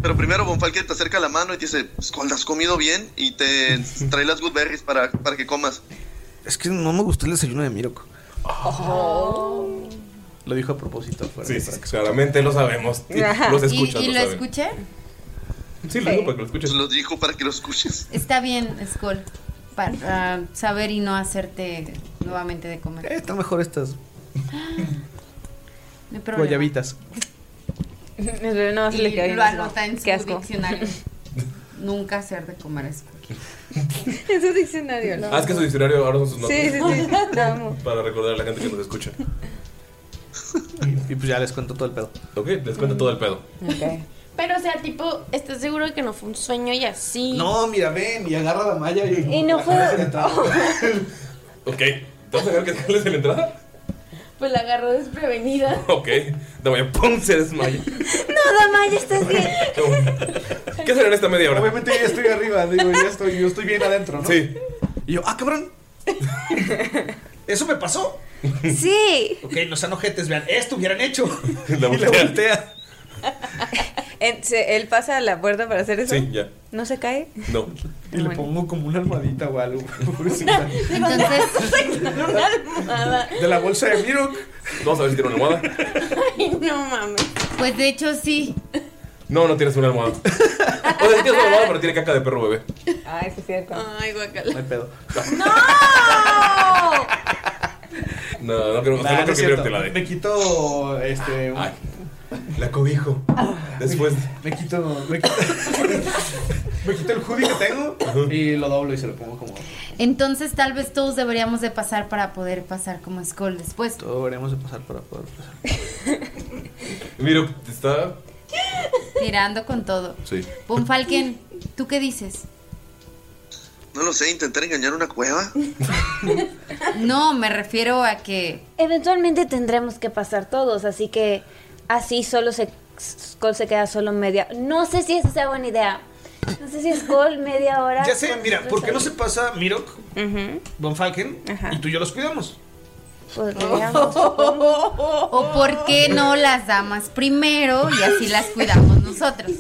Pero primero Bonfalque te acerca la mano y te dice, Scold, ¿has comido bien? Y te trae las good berries para, para que comas. Pues, Es que no me gustó el desayuno de Mirok. Oh. Lo dijo a propósito. fuera Sí, de sí, práctica. claramente lo sabemos. Y los escuchas, ¿Y, y lo lo saben. escuché? Sí, lo digo para que lo escuches. Lo dijo para que lo escuches. Está bien, Skull. Para saber y no hacerte nuevamente de comer. Eh, están mejor estas Ah, No hay problema. guayabitas. El bebé no se le Y (laughs) queda bien, lo no. anota en (laughs) su Qué asco. diccionario. Nunca hacer de comer a Skull. Es un diccionario. Ah, es que su diccionario ahora son sus notas. Sí, sí, sí. (laughs) Lo amo. Para recordar a la gente que nos escucha. Y pues ya les cuento todo el pedo. Ok, les cuento todo el pedo. Pero, o sea, tipo, ¿estás seguro de que no fue un sueño y así? No, mira, ven y agarra la malla y. Y no la fue- jalas en la entrada. Ok, ¿te vas a dejar que te jales en la entrada? Pues la agarró desprevenida. (laughs) Ok, Damaya, ¡pum! se desmaya. (laughs) No, Damaya, estás (laughs) bien. ¿Qué será en esta media hora? Obviamente ya estoy arriba, digo, ya estoy, yo estoy bien adentro, ¿no? Sí. Y yo, ah, cabrón. (laughs) ¿Eso me pasó? Sí. Ok, no sean ojetes, vean, esto hubieran hecho. La (laughs) y la voltea. En- se- Él pasa a la puerta para hacer eso. Sí, ya. No se cae. No. Y le pongo como una almohadita o algo. (laughs) pobrecita. Una almohada. De la bolsa de Mirok. Vamos a ver si tiene una almohada. Ay, no mames. Pues de hecho sí. No, no tienes una almohada. O sea, sí tienes una almohada, pero tiene caca de perro bebé. Ah, Ay, sí es cierto. Ay, guacala. hay pedo. ¡No! No, no creo, o sea, Nah, Ah, no creo es que Mirok cierto. te la dé. Me quito este. un- La cobijo. Después. Me quito. Me quito, me quito el hoodie que tengo y lo doblo y se lo pongo como. Entonces tal vez todos deberíamos de pasar para poder pasar como Skull después. Todo deberíamos de pasar para poder pasar. Mirok está. Tirando con todo. Sí. Bonfalken, ¿tú qué dices? No lo sé, intentar engañar una Ah, cueva. No, me refiero a que... Eventualmente tendremos que pasar todos, así que así solo se Skull se queda solo media. No sé si esa sea buena idea. No sé si Skull media hora. Ya sé, mira, ¿por qué no se se pasa Mirok, Ujú. Von Falken y tú y yo los cuidamos? Podríamos. ¿O por qué no las damas primero y así las cuidamos nosotros?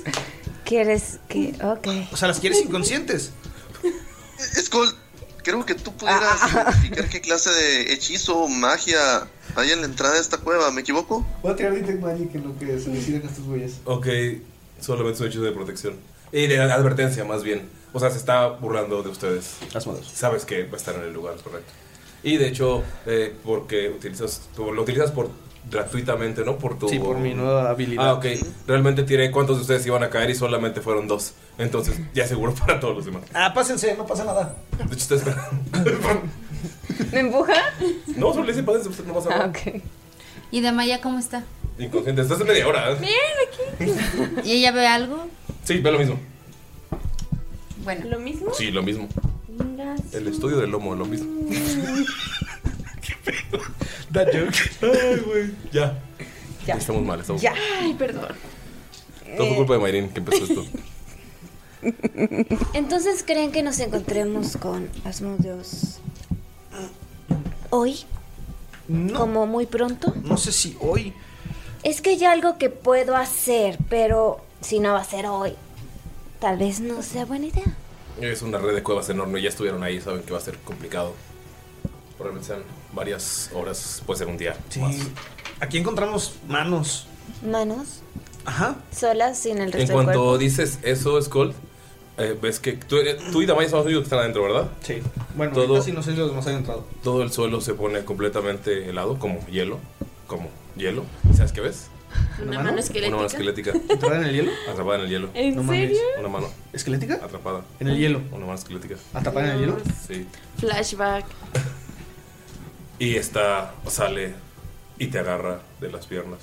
¿Quieres que...? Ok. O sea, las quieres inconscientes. Skull, creo que tú ah, pudieras identificar qué clase de hechizo o magia hay en la entrada de esta cueva, ¿me equivoco? Voy a tirar Detect Magic en lo que se deciden estos güeyes. Ok, solamente es un hechizo de protección. Y de advertencia, más bien. O sea, se está burlando de ustedes. Sabes que va a estar en el lugar correcto. Y de hecho, eh, porque utilizas, por- lo utilizas por gratuitamente, ¿no? Por tu. Sí, por mi nueva habilidad. Ah, ok. Realmente tiré cuántos de ustedes iban a caer y solamente fueron dos. Entonces, ya seguro (laughs) para todos los demás. Ah, pásense, no pasa nada. De hecho, ustedes. (laughs) ¿Me empuja? (laughs) No, solo le dicen, pásense, usted no pasa Ah, nada. ¿Y Damaya cómo está? Inconsciente, estás en media hora. ¿eh? Bien, aquí. ¿Y ella ve algo? Sí, ve lo mismo. Bueno. ¿Lo mismo? Sí, lo mismo. El estudio del lomo, lo mismo. Mm. (laughs) That joke. Ay, güey. Ya. Ya. Estamos mal, estamos Ya. mal. Ay, perdón. Eh. Todo fue culpa de Mayrin que (laughs) empezó esto. Entonces, ¿creen que nos encontremos con Asmodeus hoy? ¿Como muy pronto? No sé si hoy. Es que hay algo que puedo hacer, pero si no va a ser hoy, tal vez no sea buena idea. Es una red de cuevas enorme, ya estuvieron ahí, saben que va a ser complicado. Probablemente sean varias horas, puede ser un día. Sí. Aquí encontramos manos. Manos Ajá. solas sin el En resto del cuanto cuerpo. dices eso, Skull, eh, ves que tú, eh, tú y Damaya son los únicos que están adentro, ¿verdad? Sí. Bueno, Todo- ahorita sí no sé si los demás han entrado. Todo el suelo se pone completamente helado, como hielo. Como hielo. ¿Y ¿Sabes qué ves? Una mano esquelética. Una mano (laughs) esquelética. ¿Atrapada en el hielo? Atrapada en el hielo. ¿En No mames. serio? Una mano. ¿Esquelética? Atrapada. ¿En el hielo? Una mano esquelética. ¿Atrapada en el hielo? Sí. Flashback. Y esta sale y te agarra de las piernas.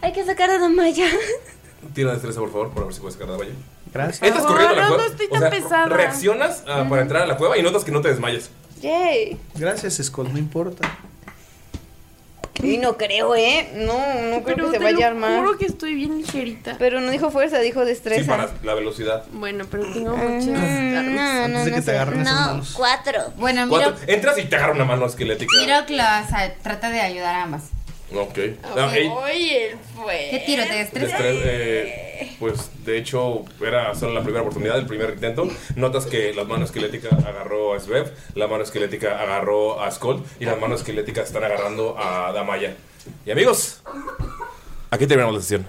Hay que sacar a Damaya. Tira destreza, por favor, para ver si puedes sacar de baño. Gracias. Entras Por corriendo a la favor, cueva. no estoy O sea, tan pesada. Reaccionas ah, para entrar a la cueva y notas que no te desmayas. Yay. Gracias, Skull, no importa. Y no creo, ¿eh? No, no creo Pero te que se vaya a lo armar. juro que estoy bien ligerita. Pero no dijo fuerza, dijo destreza. Sí, para la velocidad. Bueno, pero tengo muchas cargas. Antes de que te agarren esas manos. cuatro. Bueno, Cuatro- Miro, Entras y te agarra una mano esquelética. Miro las a- trata de ayudar a ambas. Ok. Ah, ey, Oye, el fue. ¿Qué tiro? ¿Te destreza? Destreza, eh, pues de hecho era solo la primera oportunidad, el primer intento. Notas que la mano esquelética agarró a Svev, la mano esquelética agarró a Skull y las manos esqueléticas están agarrando a Damaya. Y amigos, aquí terminamos la sesión.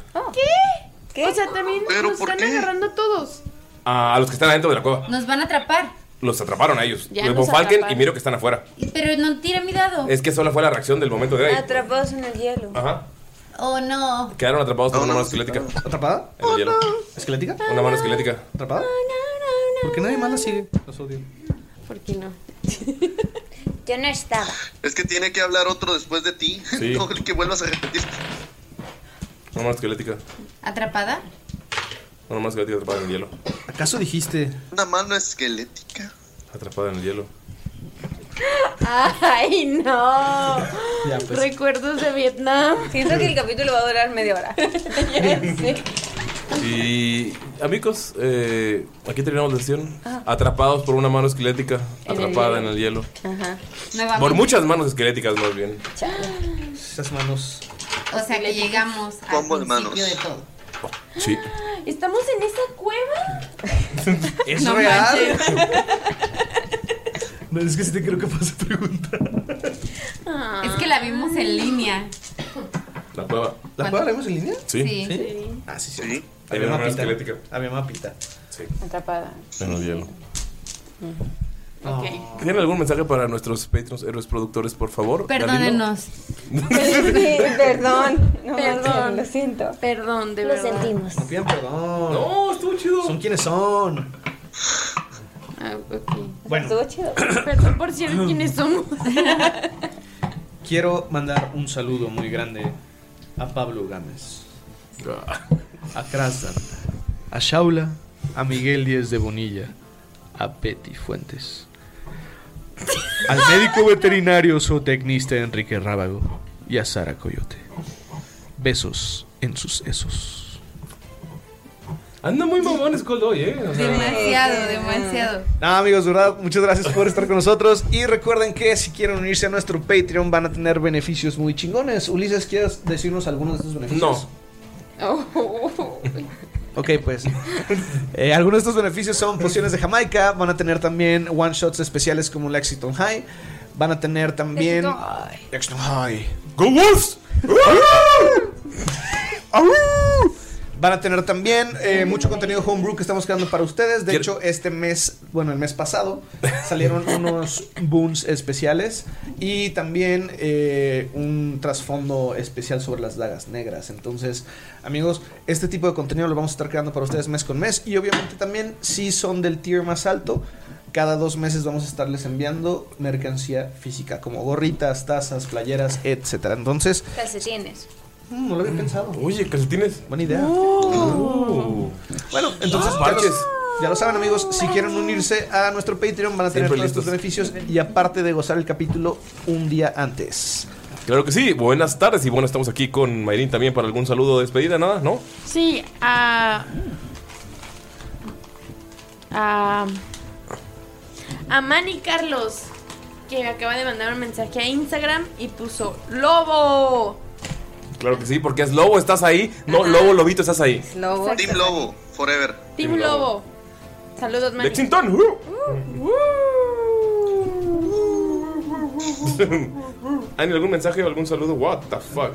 ¿Qué? O sea, también nos están agarrando a todos. A los que están adentro de la cueva, Nos van a atrapar. los atraparon a ellos. Ya Los nos Falken y atraparon. Miro que están afuera. Pero no tira mi dado. Es que sola fue la reacción del momento de ahí. Atrapados en el hielo. Ajá. Oh Ah, no. Oh, Quedaron atrapados por una mano esquelética. ¿Atrapada? En el hielo. Ah. ¿Esquelética? Una mano esquelética. ¿Atrapada? Porque nadie más la sigue. Los odio. ¿Por qué no? (laughs) Yo no estaba. Es que tiene que hablar otro después de ti. (laughs) Sí. No, el que vuelvas a repetir. No más esquelética. ¿Atrapada? No más esquelética atrapada en el hielo. ¿Acaso dijiste? Una mano esquelética. Atrapada en el hielo. Ay, no. Ya, pues. Recuerdos de Vietnam. Siento que el capítulo va a durar (laughs) media hora. Y amigos, eh, aquí terminamos la sesión. Atrapados por una mano esquelética, Ah. En el atrapada en hielo. el hielo. Ajá. Por muchas manos esqueléticas más bien. Esas manos. O sea que llegamos al Combo de manos. principio de todo. Sí. ¿Estamos en esa cueva? ¿Es No real? manches. No, es que sí te creo que pasa pregunta. Es que la vimos en línea. La cueva. ¿La cueva la vemos en línea? Sí. Sí. Ah, sí, sí. Había una mano esquelética Había mapita. Sí. Atrapada. en el hielo. Ok. ¿Tienen algún mensaje para nuestros patrons, héroes productores, por favor? Perdónenos. Sí, perdón. No, Perdón. Lo siento. Perdón, de Lo verdad. sentimos. No pidan perdón. No, estuvo chido. Son quienes son. Bueno, Ah, Estuvo chido. Perdón por (coughs) cierto quiénes somos. quiero mandar un saludo muy grande a Pablo Gámez, a Krasdan, a Shaula, a Miguel Díez de Bonilla, a Petty Fuentes, al médico veterinario zootecnista Enrique Rábago y a Sara Coyote. Besos en sus esos. Anda muy mamón Skull hoy, ¿eh? O sea, Demasiado, (laughs) demasiado. Nada, amigos, de verdad, muchas gracias por estar con nosotros. Y recuerden que si quieren unirse a nuestro Patreon, van a tener beneficios muy chingones. Ulises, ¿quieres decirnos algunos de estos beneficios? Oh. No. Ok, pues. Eh, algunos de estos beneficios son pociones de Jamaica. Van a tener también one shots especiales como Lexington High. Van a tener también. Lexington High. ¡Go Wolves! ¡Au! Van a tener también eh, mucho contenido homebrew que estamos creando para ustedes. De hecho, este mes, bueno, el mes pasado, salieron unos boons especiales y también eh, un trasfondo especial sobre las dagas negras. Entonces, amigos, este tipo de contenido lo vamos a estar creando para ustedes mes con mes. Y obviamente también, si son del tier más alto, cada dos meses vamos a estarles enviando mercancía física, como gorritas, tazas, playeras, etcétera. Entonces, mm, Calcetines. no lo había pensado. Oye, calcetines. Uh. Buena idea. Bueno, entonces ya parches. lo- ya lo saben amigos, si quieren unirse a nuestro Patreon van a tener Siempre todos estos beneficios y aparte de gozar el capítulo un día antes. Claro que sí. Buenas tardes y bueno, estamos aquí con Mayrin también para algún saludo de despedida, nada, ¿no? Sí, a. A. A Manny Carlos, que me acaba de mandar un mensaje a Instagram y puso: ¡Lobo! Claro que sí, porque es lobo, estás ahí. No, lobo, lobito, estás ahí. Lobo. Team Lobo, forever. Team Team Lobo. Lobo. Saludos, Manny. Lexington. uh. (laughs) ¿Hay algún mensaje o algún saludo? What the fuck.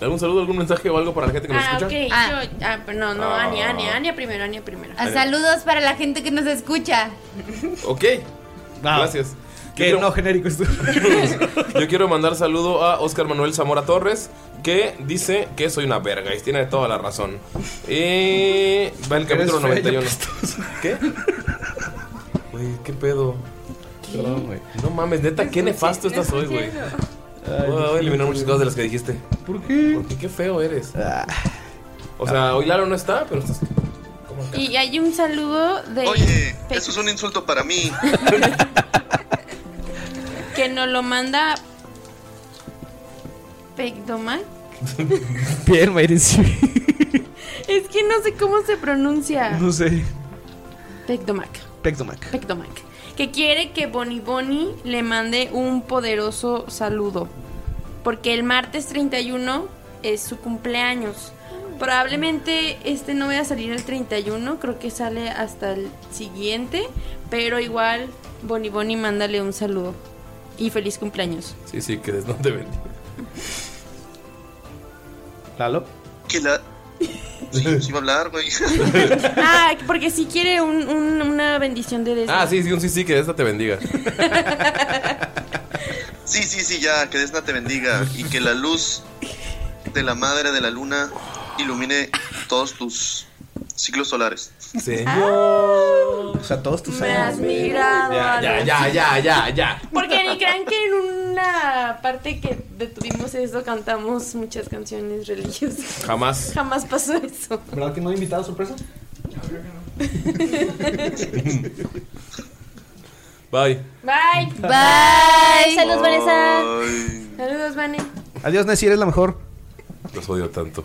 ¿Algún saludo, algún mensaje o algo para la gente que nos Ah, escucha? ok. yo- ah, pero no, no, Ah. Ania, Ania, Ania primero, Ania primero. Ah, Saludos para la gente que nos escucha. Ok. Gracias. Que no genérico esto. (laughs) Yo quiero mandar saludo a Oscar Manuel Zamora Torres, que dice que soy una verga y tiene toda la razón. Eh, va el capítulo Eres feo y 91. ¿Qué? Güey, qué pedo. Perdón, güey. No mames, neta, qué nefasto estás hoy, güey. Voy a eliminar muchas cosas de las que dijiste. ¿Por qué? Ah. Porque qué feo eres. O sea, hoy Laro no está, pero estás. Y hay un saludo de Eso es un insulto para mí. que nos lo manda Pecdomac. (laughs) Bien, Mayrin, sí. Es que no sé cómo se pronuncia. (laughs) No sé. Pecdomac. Pectomac. Pectomac. Que quiere que Bonnie Bonnie le mande un poderoso saludo. Porque el martes 31 es su cumpleaños. Probablemente este no vaya a salir el 31, creo que sale hasta el siguiente. Pero igual, Bonnie Bonnie, mándale un saludo. Y feliz cumpleaños. Sí, sí, que no te vendí. ¿Lalo? Que la. Sí, sí iba a hablar, güey. (laughs) ah, porque si quiere un- un- una bendición de Desna. Ah, sí, sí, un sí, sí, que esta te bendiga. Sí, sí, sí, ya, que Desna te bendiga y que la luz de la madre de la luna ilumine todos tus ciclos solares. Señor. O sea, todos tus Me Ah, has mirado. Ya, ya, ya, ya, ya, ya. Porque ni crean que en una parte que detuvimos eso cantamos muchas canciones religiosas. (laughs) Jamás. Jamás pasó eso. ¿Verdad que no hay invitado sorpresa? Bye. Bye. Bye. Saludos, Vanessa. Saludos, Vane. Adiós, Nessie, eres la mejor. Los odio tanto.